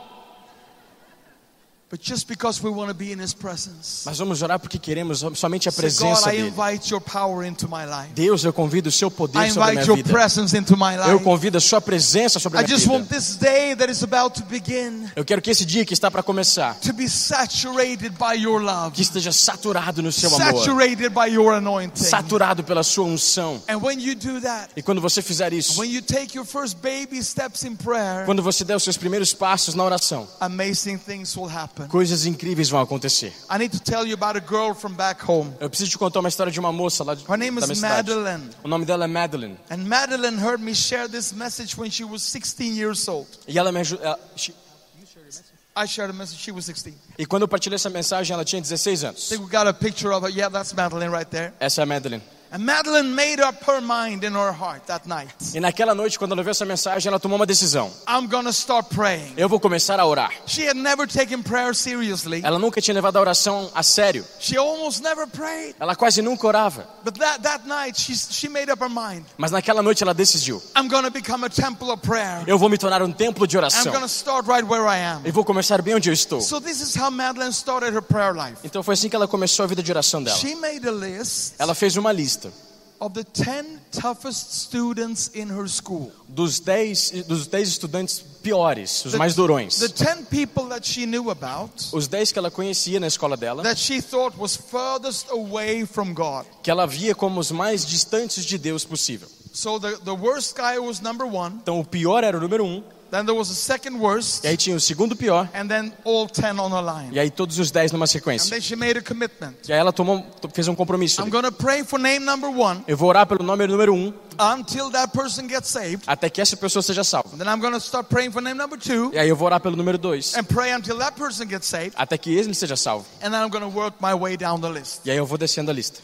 S3: But just because we want to be in His presence.
S2: Mas vamos orar porque queremos somente a
S3: Say, God,
S2: presença
S3: I
S2: dele.
S3: invite your power into my life.
S2: Deus, eu convido o seu
S3: I
S2: poder sobre a
S3: invite
S2: minha
S3: your
S2: vida.
S3: presence into my
S2: Eu
S3: life.
S2: convido a sua presença sobre a
S3: I
S2: minha
S3: just want
S2: vida.
S3: this day that is about to begin
S2: Eu quero que esse dia que está para começar,
S3: to be saturated by your love,
S2: que esteja saturado no seu amor,
S3: saturated by your anointing.
S2: saturado pela sua unção.
S3: And when you do that,
S2: E quando você fizer isso,
S3: when you take your first baby steps in prayer,
S2: quando você der os seus primeiros passos na oração,
S3: amazing things will happen.
S2: coisas incríveis vão acontecer.
S3: I need to tell you about a girl from back home.
S2: Eu preciso te contar uma história de uma moça lá de,
S3: Her name
S2: da minha
S3: is
S2: cidade.
S3: Madeline.
S2: O nome dela é Madeline.
S3: And Madeline heard me share this message when she was 16 years old.
S2: E ela me ajudou.
S3: I shared a message, she was 16.
S2: E quando eu partilhei essa mensagem, ela tinha 16 anos.
S3: I think we got a picture of her. Yeah, that's Madeline right there.
S2: Essa é a Madeline.
S3: And Madeline made up her mind in her heart that night.
S2: E naquela noite, quando ela viu essa mensagem, ela tomou uma decisão.
S3: I'm going to start praying.
S2: Eu vou começar a orar.
S3: She had never taken prayer seriously.
S2: Ela nunca tinha levado a oração a sério.
S3: She almost never prayed.
S2: Ela quase nunca orava.
S3: But that, that night, she, she made up her mind.
S2: Mas naquela noite ela decidiu:
S3: I'm going to become a temple of prayer.
S2: eu vou me tornar um templo de
S3: I'm
S2: oração.
S3: going to start right where I am.
S2: E vou começar bem onde eu estou.
S3: So this is how Madeline started her prayer life.
S2: Então foi assim que ela começou a vida de oração dela.
S3: She made a list
S2: Ela fez uma lista
S3: of the 10 toughest students in her school.
S2: dos 10 dos 10 estudantes piores, os
S3: The-
S2: mais durões.
S3: The 10 people that she knew about
S2: Os 10 que ela conhecia na escola dela,
S3: that she thought was furthest away from God.
S2: que ela via como os mais distantes de Deus possível.
S3: So the, the worst guy was number one.
S2: Então o pior era o número 1,
S3: Then there was a second worst.
S2: e aí tinha o segundo pior,
S3: And then all 10 on a line.
S2: e aí todos os 10 numa
S3: And
S2: sequência.
S3: then she made a commitment.
S2: E aí ela tomou, to- fez um compromisso.
S3: I'm going to pray for name number one
S2: Eu vou orar pelo nome número 1
S3: until that person gets saved.
S2: até que essa pessoa seja salva.
S3: And then I'm going to start praying for name number two
S2: E aí eu vou orar pelo número 2
S3: and pray until that person gets saved.
S2: até que ele seja salvo.
S3: And then I'm going to work my way down the list.
S2: E aí eu vou descendo a lista.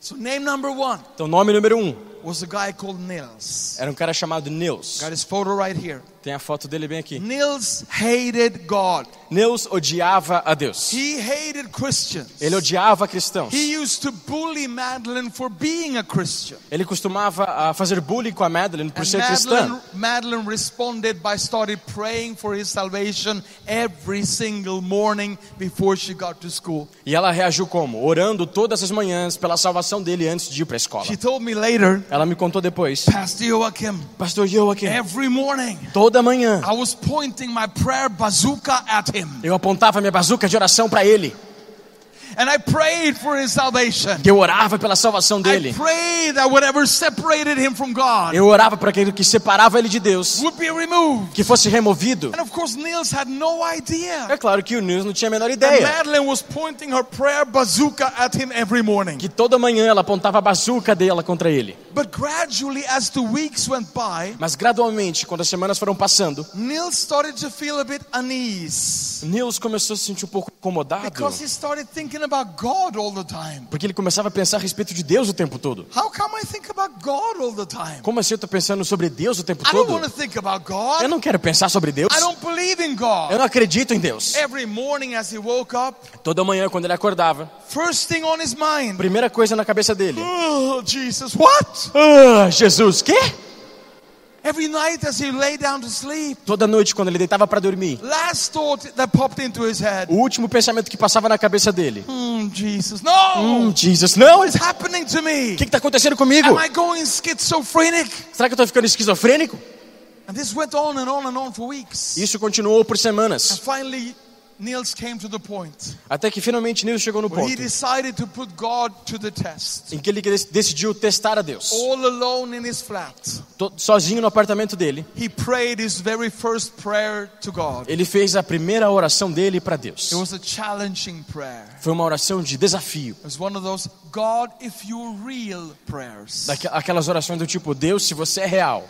S3: So name number one
S2: Então, nome número um
S3: was a guy called Nils.
S2: era um cara chamado Nils.
S3: Got his photo right here.
S2: Tem a foto dele bem aqui.
S3: Nils hated God.
S2: Nils odiava a Deus.
S3: He hated Christians.
S2: Ele odiava cristãos.
S3: He used to bully Madeline for being a Christian.
S2: Ele costumava ah, fazer bullying com a Madeline por
S3: And
S2: ser
S3: Madeline,
S2: cristã.
S3: Madeline responded by started praying for his salvation every single morning before she got to school.
S2: E ela reagiu como? Orando todas as manhãs pela salvação dele antes de ir para a escola.
S3: She told me later,
S2: Ela me contou depois.
S3: Pastor Joachim,
S2: Pastor Joaquim,
S3: every morning
S2: toda manhã
S3: I was pointing my prayer bazooka at him
S2: eu apontava minha bazuca de oração para ele.
S3: and I prayed for his salvation.
S2: Que eu orava pela salvação
S3: I
S2: dele.
S3: prayed that whatever separated him from God
S2: Eu orava para aquilo que separava ele de Deus.
S3: would be removed.
S2: Que fosse removido.
S3: And of course, Niels had no idea.
S2: É claro que o Nils não tinha a menor
S3: And
S2: ideia.
S3: Madeline was pointing her prayer bazooka at him every morning.
S2: que toda manhã ela apontava a bazuca dela contra ele.
S3: But gradually, as the weeks went by,
S2: Mas gradualmente, quando as semanas foram passando,
S3: Neil started to feel a bit unease
S2: Nils começou a se sentir um pouco incomodado,
S3: because he started thinking about God all the time.
S2: porque ele começava a pensar a respeito de Deus o tempo todo.
S3: How come I think about God all the time?
S2: Como assim eu tô pensando sobre Deus o tempo
S3: I don't want
S2: todo?
S3: to think about
S2: Eu
S3: God.
S2: não quero pensar sobre Deus.
S3: I don't Eh. believe in
S2: Eu
S3: God.
S2: não acredito em Deus.
S3: Every morning as he woke up,
S2: Toda manhã quando ele acordava,
S3: first thing on his mind,
S2: primeira coisa na cabeça dele:
S3: oh, Jesus, what?
S2: "Ah, Jesus, quê?"
S3: Every night as he lay down to sleep,
S2: Toda noite quando ele deitava para dormir,
S3: last thought that popped into his head,
S2: o último pensamento que passava na cabeça dele:
S3: "Hmm, Jesus,
S2: "Hum,
S3: no!
S2: Jesus, não,
S3: What is
S2: o
S3: happening to me?
S2: que que tá acontecendo comigo?
S3: Am I going schizophrenic?
S2: Será que eu tô ficando esquizofrênico?"
S3: And this went on and on and on for weeks.
S2: Isso continuou por semanas.
S3: And finally, Niels came to the point
S2: Até que finalmente Nilo chegou no
S3: where
S2: ponto
S3: he decided to put God to the test.
S2: em que ele des- decidiu testar a Deus.
S3: All alone in his flat,
S2: To- Sozinho no apartamento dele,
S3: he prayed his very first prayer to God.
S2: ele fez a primeira oração dele para Deus.
S3: It was a challenging prayer.
S2: Foi uma oração de desafio.
S3: It was one of those God, if you're real prayers.
S2: Daque- Aquelas orações do tipo, Deus, se você é real.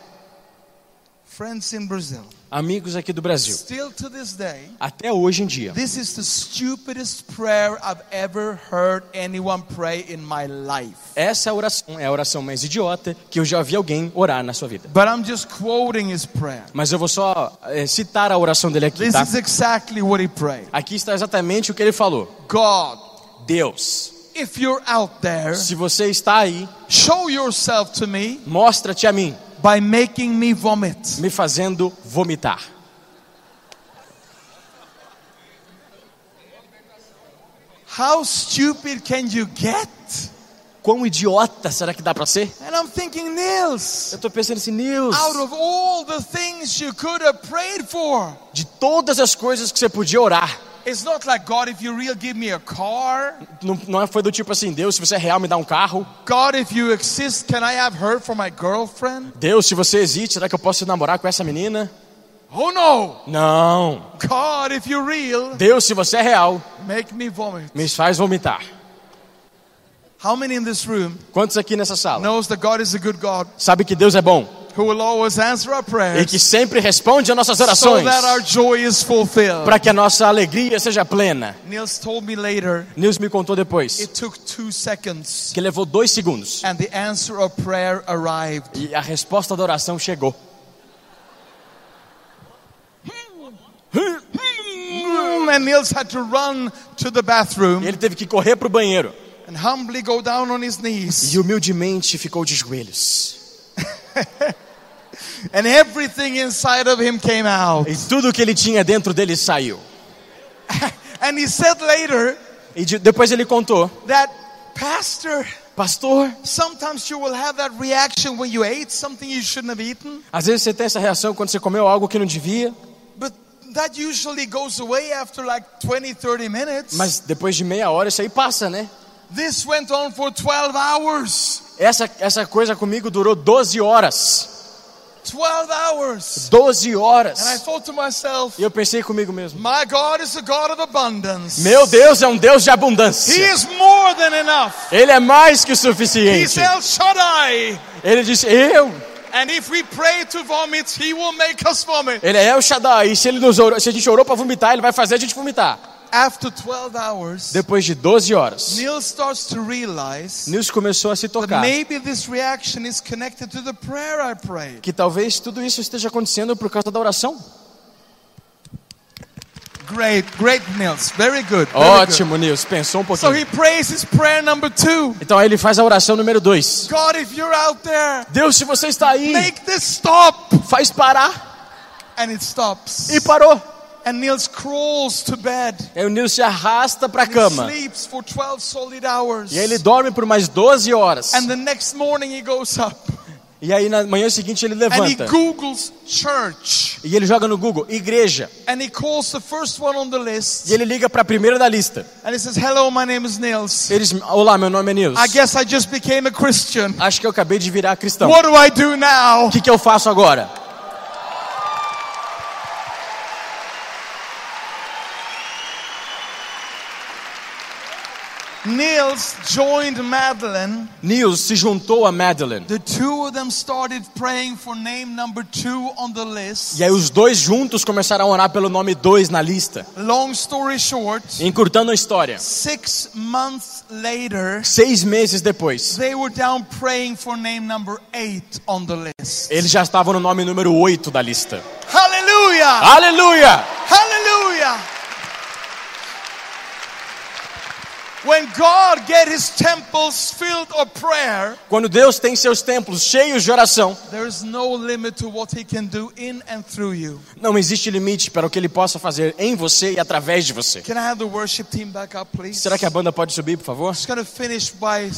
S3: Friends in Brazil,
S2: Amigos aqui do Brasil,
S3: still to this day,
S2: até hoje em dia,
S3: this is the stupidest prayer I've ever heard anyone pray in my life.
S2: essa oração é a oração mais idiota que eu já vi alguém orar na sua vida.
S3: But I'm just quoting his prayer.
S2: Mas eu vou só eh, citar a oração dele aqui,
S3: This
S2: tá?
S3: is exactly what he prayed.
S2: Aqui está exatamente o que ele falou.
S3: God,
S2: Deus,
S3: if you're out there,
S2: se você está aí,
S3: show yourself to me
S2: mostra-te a mim,
S3: by making me vomit.
S2: me fazendo vomitar.
S3: How stupid can you get?
S2: Quão idiota será que dá pra ser?
S3: And I'm thinking, Nils,
S2: Eu tô pensando assim, Nils,
S3: out of all the things you could have prayed for,
S2: de todas as coisas que você podia orar,
S3: It's not like God, if you're real, give me a car.
S2: não, não foi do tipo assim, Deus, se você é real, me dá um carro.
S3: God, if you exist, can I have her for my girlfriend?
S2: Deus, se você existe, será que eu posso namorar com essa menina?
S3: Oh no!
S2: Não.
S3: God, if you're real,
S2: Deus, se você é real,
S3: make me vomit.
S2: me faz vomitar.
S3: How many in this room
S2: Quantos aqui nessa sala
S3: knows that God is a good God
S2: sabe que Deus é bom
S3: who will always answer our
S2: e
S3: prayers
S2: que sempre responde às nossas
S3: so
S2: orações
S3: that our joy is fulfilled?
S2: para que a nossa alegria seja plena?
S3: Niels told me later
S2: Nils me contou depois
S3: it took two seconds
S2: que levou dois segundos
S3: and the answer of prayer arrived.
S2: e a resposta da oração chegou.
S3: And Niels had to run to the
S2: E
S3: bathroom
S2: ele teve que correr para o banheiro
S3: and humbly go down on his knees.
S2: e humildemente ficou de joelhos.
S3: And everything inside of him came out.
S2: E tudo que ele tinha dentro dele saiu.
S3: And he said later
S2: E de- depois ele contou,
S3: that, Pastor,
S2: pastor,
S3: sometimes you will have that reaction when you ate something you shouldn't have eaten,
S2: às vezes você tem essa reação quando você comeu algo que não devia,
S3: but that usually goes away after like 20, 30 minutes.
S2: mas depois de meia hora isso aí passa, né?
S3: this went on for 12 hours.
S2: Essa, essa coisa comigo durou 12 horas.
S3: 12 hours.
S2: 12
S3: And I
S2: horas.
S3: thought to myself,
S2: E eu pensei comigo mesmo:
S3: my God is a God of abundance.
S2: Meu Deus é um Deus de
S3: He
S2: abundância.
S3: is more than enough.
S2: Ele é mais que o
S3: He's
S2: suficiente.
S3: El Shaddai.
S2: Ele disse: Eu.
S3: And if we pray to vomit, He will make us vomit.
S2: Ele é o Shaddai. E se, ele nos orou, se a gente orou para vomitar, ele vai fazer a gente vomitar.
S3: After 12 hours,
S2: Depois de 12 horas,
S3: Neil starts to realize
S2: Nils começou a se
S3: that
S2: tocar.
S3: maybe this reaction is connected to the prayer I prayed.
S2: Que talvez tudo isso esteja acontecendo por causa da oração.
S3: Great, great, Nils. Very good. Very
S2: Ótimo, Nils. Pensou um
S3: good. So he
S2: pouquinho.
S3: prays his prayer number two.
S2: Então aí ele faz a oração número 2.
S3: God, if you're out there,
S2: Deus, se você está aí,
S3: make this stop.
S2: faz parar.
S3: And it stops.
S2: E parou.
S3: And Nils crawls to bed.
S2: Aí o Nils se arrasta para a
S3: He
S2: cama.
S3: sleeps for 12 solid hours.
S2: E aí ele dorme por mais 12 horas.
S3: And the next morning he goes up
S2: E aí na manhã seguinte ele
S3: and he
S2: levanta.
S3: Googles church
S2: E ele joga no Google igreja.
S3: and he calls the first one on the
S2: E
S3: list
S2: ele liga para a primeira da lista.
S3: and he says, Hello, my name is Nils.
S2: Eles, olá, meu nome é Nils.
S3: I guess I just became a Christian.
S2: Acho que eu acabei de virar cristão.
S3: What do I do now?
S2: O que, que eu faço agora?
S3: Niels joined Madeline.
S2: Nils se juntou a Madeline.
S3: The two of them started praying for name number two on the list.
S2: E aí os dois juntos começaram a orar pelo nome 2 na lista.
S3: Long story short,
S2: Encurtando a história.
S3: six months later,
S2: Seis meses depois,
S3: they were down praying for name number eight on the list.
S2: eles já estavam no nome número 8 da lista.
S3: Hallelujah!
S2: Aleluia!
S3: Hallelujah! When God get his temples filled of prayer,
S2: Quando Deus tem seus templos cheios de oração,
S3: there is no limit to what he can do in and through you.
S2: não existe limite para o que ele possa fazer em você e através de você.
S3: Can I have the worship team back up, please?
S2: Será que a banda pode subir, por favor?
S3: just going to finish by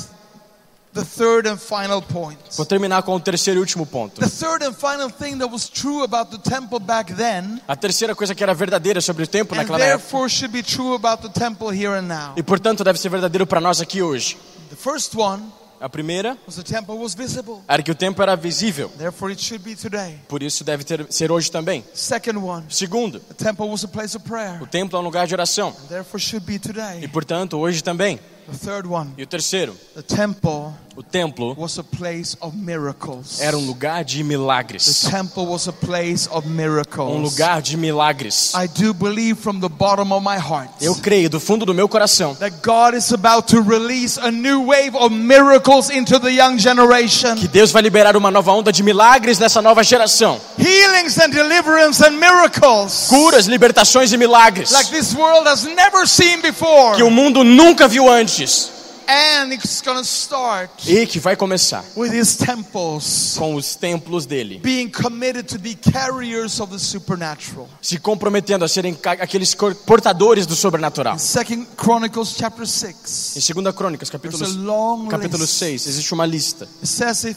S3: the third and final point.
S2: Vou terminar com o terceiro e último ponto.
S3: The third and final thing that was true about the temple back then,
S2: A terceira coisa que era verdadeira sobre o tempo
S3: and
S2: naquela época,
S3: therefore should be true about the temple here and now.
S2: e portanto deve ser verdadeiro para nós aqui hoje.
S3: The first one
S2: A primeira
S3: was the temple was visible,
S2: era que o tempo era visível,
S3: therefore it should be today.
S2: por isso deve ter, ser hoje também.
S3: Second one,
S2: Segundo,
S3: the temple was a place of prayer,
S2: o templo é um lugar de oração,
S3: therefore should be
S2: e
S3: today.
S2: portanto hoje também.
S3: The third one,
S2: E o terceiro,
S3: the temple
S2: o templo
S3: was a place of miracles.
S2: era um lugar de
S3: The
S2: milagres.
S3: temple was a place of
S2: Um
S3: miracles.
S2: lugar de milagres.
S3: I do believe from the bottom of my heart
S2: Eu creio do fundo do meu coração
S3: that God is about to release a new wave of miracles into the young generation.
S2: que Deus vai liberar uma nova onda de milagres nessa nova geração.
S3: Healings and deliverance and miracles.
S2: Curas, libertações e milagres
S3: Like this world has never seen before.
S2: que o mundo nunca viu antes
S3: And it's going to start
S2: e que vai começar
S3: with his temples
S2: com os templos dele,
S3: being committed to be carriers of the supernatural.
S2: se comprometendo a serem ca- aqueles cor- portadores do sobrenatural.
S3: Second Chronicles chapter 6.
S2: Em 2 Crônicas, capítulo,
S3: There's a long
S2: capítulo
S3: list.
S2: 6, existe uma lista
S3: It says if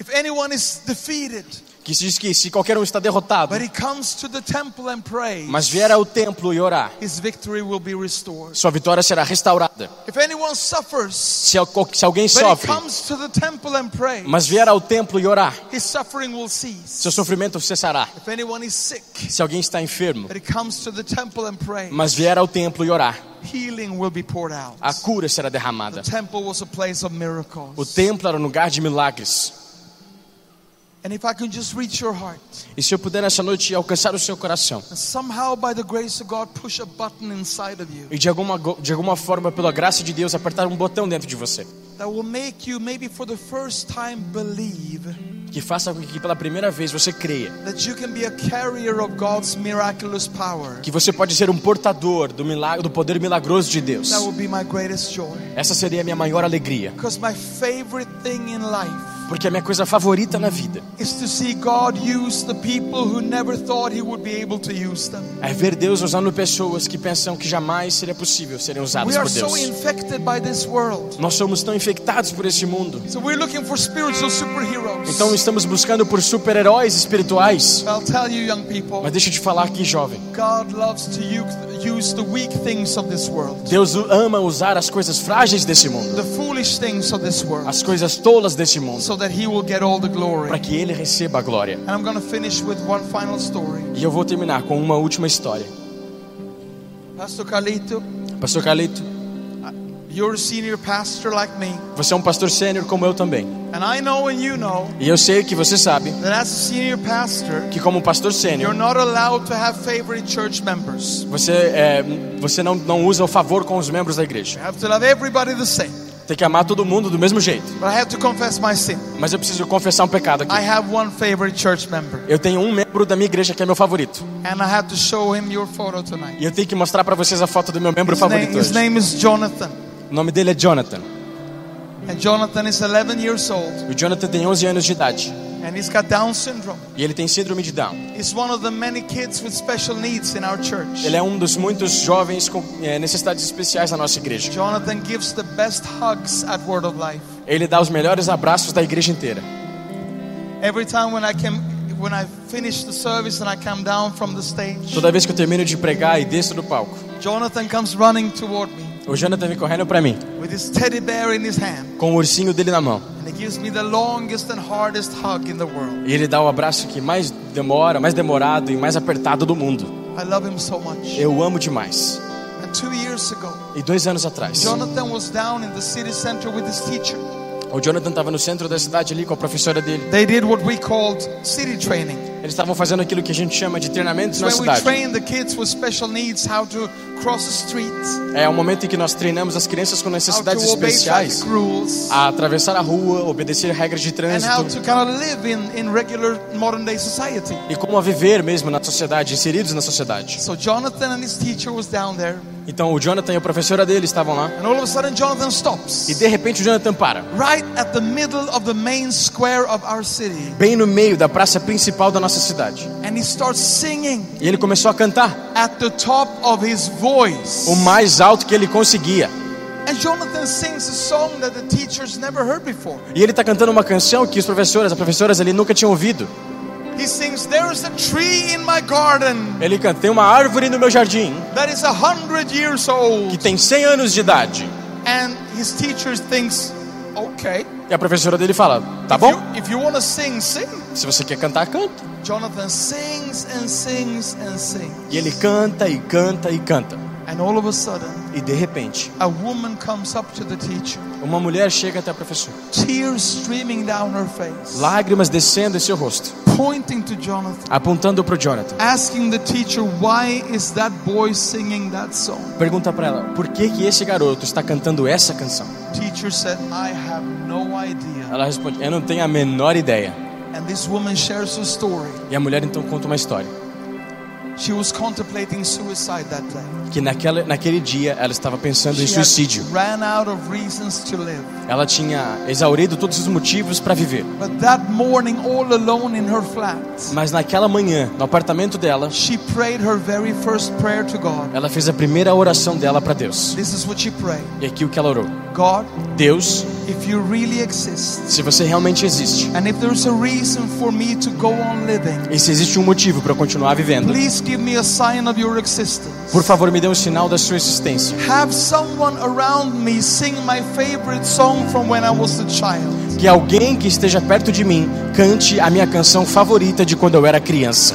S3: if anyone is defeated,
S2: que diz que se qualquer um está derrotado,
S3: but he comes to the temple and prays,
S2: mas vier ao templo e orar,
S3: his victory will be restored.
S2: sua vitória será restaurada.
S3: If anyone suffers,
S2: Se, al- se alguém
S3: but he
S2: sofre,
S3: comes to the temple and prays,
S2: mas vier ao templo e orar,
S3: his suffering will cease.
S2: seu sofrimento cessará.
S3: If anyone is sick,
S2: Se alguém está enfermo,
S3: but he comes to the temple and prays,
S2: mas vier ao templo e orar,
S3: healing will be poured out.
S2: a cura será
S3: The
S2: derramada.
S3: temple was a place of
S2: O
S3: miracles.
S2: templo era um lugar de milagres.
S3: And if I can just reach your heart
S2: E se eu puder nessa noite alcançar o seu coração
S3: and somehow by the grace of God push a button inside of you
S2: e de alguma, go- de alguma forma, pela graça de Deus, apertar um botão dentro de você
S3: that will make you maybe for the first time believe
S2: que faça com que pela primeira vez você creia
S3: that you can be a carrier of God's miraculous power,
S2: que você pode ser um portador do milagre, do poder milagroso de Deus.
S3: that will be my greatest joy.
S2: Essa seria a minha maior alegria,
S3: Because my favorite thing in life
S2: porque a minha coisa favorita na vida
S3: is to see God use the people who never thought He would be able to use them.
S2: é ver Deus usando pessoas que pensam que jamais seria possível serem usadas
S3: We are
S2: por
S3: so
S2: Deus.
S3: infected by this world.
S2: Nós somos tão infectados por esse mundo.
S3: So we're looking for spiritual superheroes.
S2: Então estamos buscando por super-heróis espirituais.
S3: I'll tell you, young people,
S2: Mas deixa eu te falar aqui, jovem.
S3: God loves to u- use the weak things of this world,
S2: Deus ama usar as coisas frágeis desse mundo,
S3: the foolish things of this world,
S2: as coisas tolas desse mundo,
S3: so that He will get all the glory.
S2: para que ele receba a glória.
S3: And I'm going to finish with one final story.
S2: E eu vou terminar com uma última história.
S3: Pastor Carlito,
S2: Pastor Calito,
S3: you're a senior pastor like me,
S2: você é um pastor sênior como eu também.
S3: and I know and you know
S2: E eu sei que você sabe
S3: that as a senior pastor,
S2: que como pastor
S3: You're
S2: sênior,
S3: not allowed to have favorite church members.
S2: você é, você não não usa o favor com os membros da
S3: You
S2: igreja.
S3: have to love everybody the same.
S2: Tem que amar todo mundo do mesmo jeito.
S3: But I have to confess my sin.
S2: Mas eu preciso confessar um pecado
S3: I
S2: aqui.
S3: have one favorite church member,
S2: Eu tenho um membro da minha igreja que é meu favorito.
S3: and I have to show him your photo tonight.
S2: E eu tenho que mostrar pra vocês a foto do meu membro
S3: His name,
S2: favorito.
S3: his
S2: Hoje.
S3: name is Jonathan,
S2: O nome dele é Jonathan.
S3: and Jonathan is 11 years old,
S2: O Jonathan tem 11 anos de idade
S3: and he's got Down syndrome.
S2: e ele tem síndrome de Down.
S3: He's one of the many kids with special needs in our church.
S2: Ele é um dos muitos jovens com eh, necessidades especiais na nossa igreja.
S3: Jonathan gives the best hugs at Word of Life.
S2: Ele dá os melhores abraços da igreja inteira.
S3: Every time when I came, when I finish the service and I come down from the stage,
S2: Toda vez que eu termino de pregar e desço do palco,
S3: Jonathan comes running toward me
S2: o Jonathan vem correndo pra mim
S3: with his teddy bear in his hand.
S2: com o ursinho dele na mão.
S3: And it gives me the longest and hardest hug in the world.
S2: E ele dá o abraço que mais demora, mais demorado e mais apertado do mundo.
S3: I love him so much.
S2: Eu amo demais.
S3: And two years ago,
S2: E dois anos atrás,
S3: Jonathan was down in the city center with his teacher.
S2: o Jonathan estava no centro da cidade ali com a professora dele.
S3: They did what we called city training.
S2: Eles estavam fazendo aquilo que a gente chama de treinamentos na
S3: When we
S2: cidade.
S3: train the kids with special needs how to cross the street,
S2: É o momento em que nós treinamos as crianças com
S3: how to
S2: necessidades
S3: obey
S2: especiais
S3: traffic rules,
S2: a atravessar a rua, obedecer regras de
S3: and how
S2: trânsito
S3: to kind of live in, in regular modern day society.
S2: e como a viver mesmo na sociedade, inseridos na sociedade.
S3: So Jonathan and his teacher was down there,
S2: Então o Jonathan e a professora dele estavam lá
S3: and all of a sudden Jonathan
S2: e
S3: stops
S2: de repente o Jonathan para,
S3: right at the middle of the main square of our city,
S2: bem no meio da praça principal da nossa cidade.
S3: and he starts singing.
S2: E ele começou a cantar
S3: at the top of his voice.
S2: Oh o mais alto que ele conseguia.
S3: And Jonathan sings a song that the teachers never heard before.
S2: E ele está cantando uma canção que os professores, as professoras ali nunca tinham ouvido.
S3: He sings, There is a tree in my garden
S2: Ele canta: Tem uma árvore no meu jardim
S3: that is a hundred years
S2: que
S3: old.
S2: tem 100 anos de idade.
S3: And his teacher thinks, Okay.
S2: E a professora dele fala: Tá bom,
S3: If you, if you want to sing, sing.
S2: se você quer cantar, canta.
S3: Jonathan sings and sings and sings.
S2: E ele canta e canta e canta.
S3: And all of a sudden,
S2: E de repente,
S3: a woman comes up to the teacher,
S2: uma mulher chega até a professora,
S3: tears streaming down her face,
S2: lágrimas descendo em seu rosto,
S3: pointing to Jonathan,
S2: apontando para o Jonathan.
S3: asking the teacher, Why is that boy singing that song?
S2: Pergunta para ela: Por que que esse garoto está cantando essa canção?
S3: Teacher said, I have no idea.
S2: Ela responde: Eu não tenho a menor ideia.
S3: And this woman shares her story.
S2: E a mulher então conta uma história
S3: She was contemplating suicide that day.
S2: que naquela, naquele dia ela estava pensando em
S3: She had
S2: suicídio.
S3: ran out of reasons to live.
S2: Ela tinha exaurido todos os motivos para viver.
S3: But that morning, all alone in her flat,
S2: Mas naquela manhã, no apartamento dela,
S3: she prayed her very first prayer to God.
S2: ela fez a primeira oração dela para Deus.
S3: This is what she prayed
S2: E aqui o que ela orou:
S3: God,
S2: Deus,
S3: if you really exist,
S2: se você realmente existe,
S3: and if there's a reason for me to go on living,
S2: e se existe um motivo para eu continuar vivendo,
S3: please give me a sign of your existence.
S2: por favor me dê um sinal da sua existência.
S3: Have someone around me sing my favorite song from when I was a child.
S2: Que alguém que esteja perto de mim cante a minha canção favorita de quando eu era criança.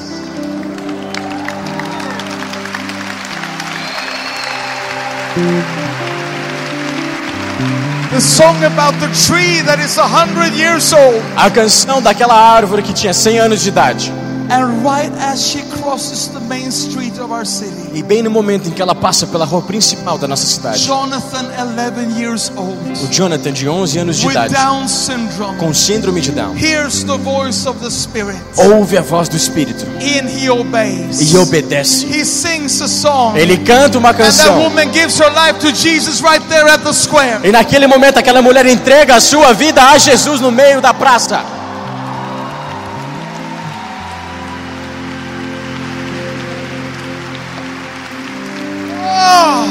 S3: The song about the tree that is a hundred years old.
S2: A canção daquela árvore que tinha 100 anos de idade.
S3: And right as she crosses the main street of our city,
S2: E bem no momento em que ela passa pela rua principal da nossa cidade,
S3: Jonathan, 11 years old,
S2: o Jonathan, de 11 anos de
S3: with
S2: idade,
S3: Down syndrome,
S2: com síndrome de Down,
S3: hears the voice of the Spirit.
S2: ouve a voz do Espírito
S3: And he obeys.
S2: e obedece.
S3: He sings a song.
S2: Ele canta uma
S3: And that
S2: canção.
S3: woman gives her life to Jesus right there at the square.
S2: E naquele momento, aquela mulher entrega a sua vida a Jesus no meio da praça.
S3: Oh,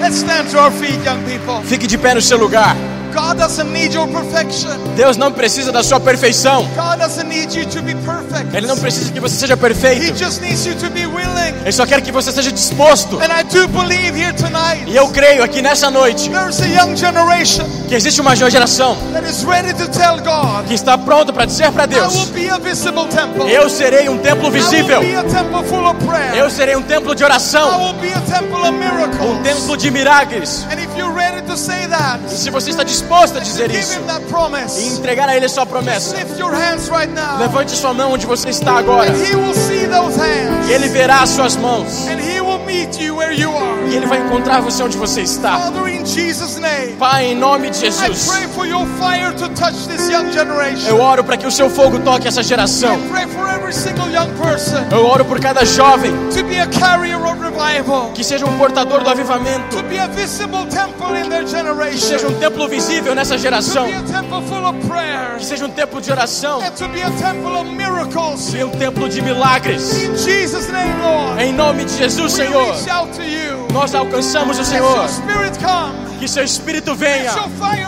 S3: let's stand to our feet, young people.
S2: Fique de pé no seu lugar.
S3: God doesn't need your perfection.
S2: Deus não precisa da sua perfeição.
S3: God doesn't need you to be perfect.
S2: Ele não precisa que você seja
S3: He
S2: perfeito.
S3: just needs you to be willing.
S2: Ele só quer que você seja disposto.
S3: And I do believe here tonight
S2: E eu creio aqui nessa noite
S3: there's a young generation
S2: que existe uma geração
S3: that is ready to tell God,
S2: que está pronta para dizer para
S3: I
S2: Deus:
S3: will be a visible temple.
S2: Eu serei um templo
S3: I
S2: visível.
S3: will be a temple full of prayer.
S2: Eu serei um templo de
S3: I
S2: oração,
S3: will be a temple of
S2: um
S3: miracles.
S2: templo de milagres.
S3: And if you're ready to say that,
S2: Se você está disposto a dizer
S3: give
S2: isso
S3: him that
S2: e
S3: promise.
S2: entregar a Ele a sua promessa,
S3: Lift your hands right now.
S2: levante sua mão onde você está agora.
S3: And he will see those hands.
S2: E Ele verá as suas mãos.
S3: And he will meet you where you are.
S2: E Ele vai encontrar você onde você está.
S3: Father, in Jesus' name,
S2: Pai, em nome de
S3: I
S2: Jesus,
S3: pray for your fire to touch this young generation.
S2: eu oro para que o seu fogo toque essa geração.
S3: I pray for every single young person
S2: Eu oro por cada jovem
S3: to be a carrier of revival,
S2: que seja um portador do avivamento,
S3: to be a visible temple in their
S2: que
S3: generation,
S2: seja um templo visível nessa
S3: to
S2: geração,
S3: be a temple full of prayer,
S2: que seja um templo de oração
S3: and to be a temple of miracles.
S2: e um templo de milagres.
S3: In Jesus' name, Lord,
S2: Em nome de Jesus,
S3: we
S2: Senhor,
S3: reach out to you.
S2: nós alcançamos o
S3: Let
S2: Senhor.
S3: your spirit come.
S2: Que seu espírito
S3: Let
S2: venha,
S3: your fire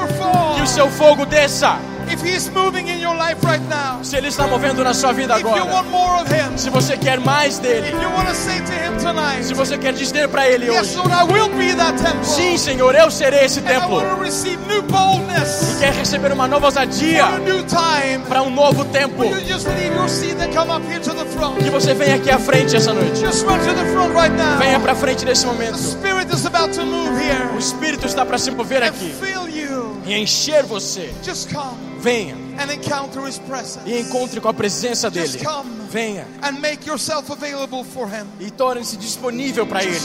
S2: que o
S3: fall.
S2: seu fogo desça.
S3: If he's moving in your life right now,
S2: Se ele está movendo na sua vida
S3: if you
S2: agora,
S3: want more of him,
S2: se você quer mais
S3: If
S2: dele,
S3: you want to say to him tonight,
S2: se você quer dizer para ele
S3: Yes,
S2: hoje:
S3: Lord, I will be that temple.
S2: Sim, Senhor, eu serei esse
S3: and I
S2: templo.
S3: want to receive new boldness
S2: Quer receber uma nova ousadia
S3: for a new time.
S2: para um novo tempo?
S3: You just leave your seat and come up here to the front.
S2: Que você venha aqui à frente essa noite.
S3: Just run to the front right now.
S2: Venha para frente nesse
S3: The
S2: momento.
S3: Spirit is about to move here
S2: O Espírito está para se mover
S3: and
S2: aqui
S3: fill you.
S2: e encher você.
S3: Just come
S2: Venha
S3: and encounter His presence.
S2: e encontre com a presença dele. Venha
S3: And make yourself available for Him.
S2: e torne-se disponível para ele.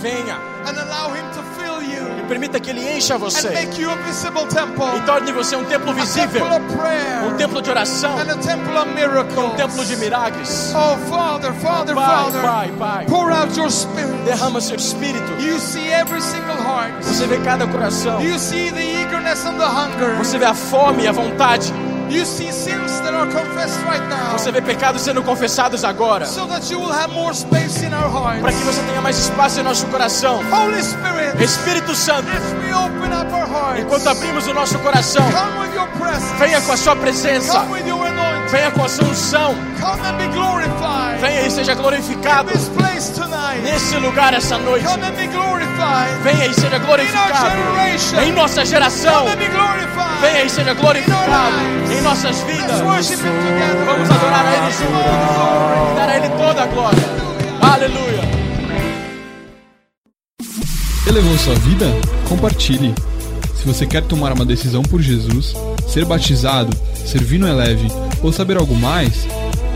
S2: Venha
S3: And allow Him to fill you
S2: e permita que ele encha você
S3: and make you a visible temple.
S2: e torne você um templo
S3: A
S2: visível,
S3: temple of prayer
S2: um templo de oração,
S3: and a temple of
S2: um templo
S3: miracles.
S2: de milagres.
S3: Oh, Father, Father,
S2: Pai,
S3: Father,
S2: Pai, Pai,
S3: pour out your spirit.
S2: derrama seu espírito.
S3: You see every single heart.
S2: Você vê cada coração.
S3: You see the eagerness and the hunger.
S2: Você vê a fome e a vontade.
S3: You see sins that are confessed right now.
S2: Você vê pecados sendo confessados agora,
S3: So that you will have more space in our
S2: para que
S3: hearts.
S2: você tenha mais espaço em nosso coração.
S3: Holy Spirit,
S2: Espírito Santo,
S3: as we open up our
S2: enquanto
S3: hearts,
S2: abrimos o nosso coração,
S3: come with your
S2: venha com a
S3: presence.
S2: sua presença,
S3: Come with your anointing.
S2: venha com a sua unção,
S3: Come and be glorified.
S2: venha e seja glorificado
S3: This place tonight.
S2: nesse lugar essa noite.
S3: Come and be glorified.
S2: Venha e seja
S3: In our
S2: glorificado em
S3: generation.
S2: nossa geração.
S3: Come and be
S2: Venha
S3: glorified.
S2: e seja glorificado em nossas vidas.
S3: Let's worship Him together.
S2: Vamos adorar a Ele juntos. Dar a Ele toda a glória. Aleluia.
S1: Elevou sua vida? Compartilhe. Se você quer tomar uma decisão por Jesus, ser batizado, servir no Eleve ou saber algo mais,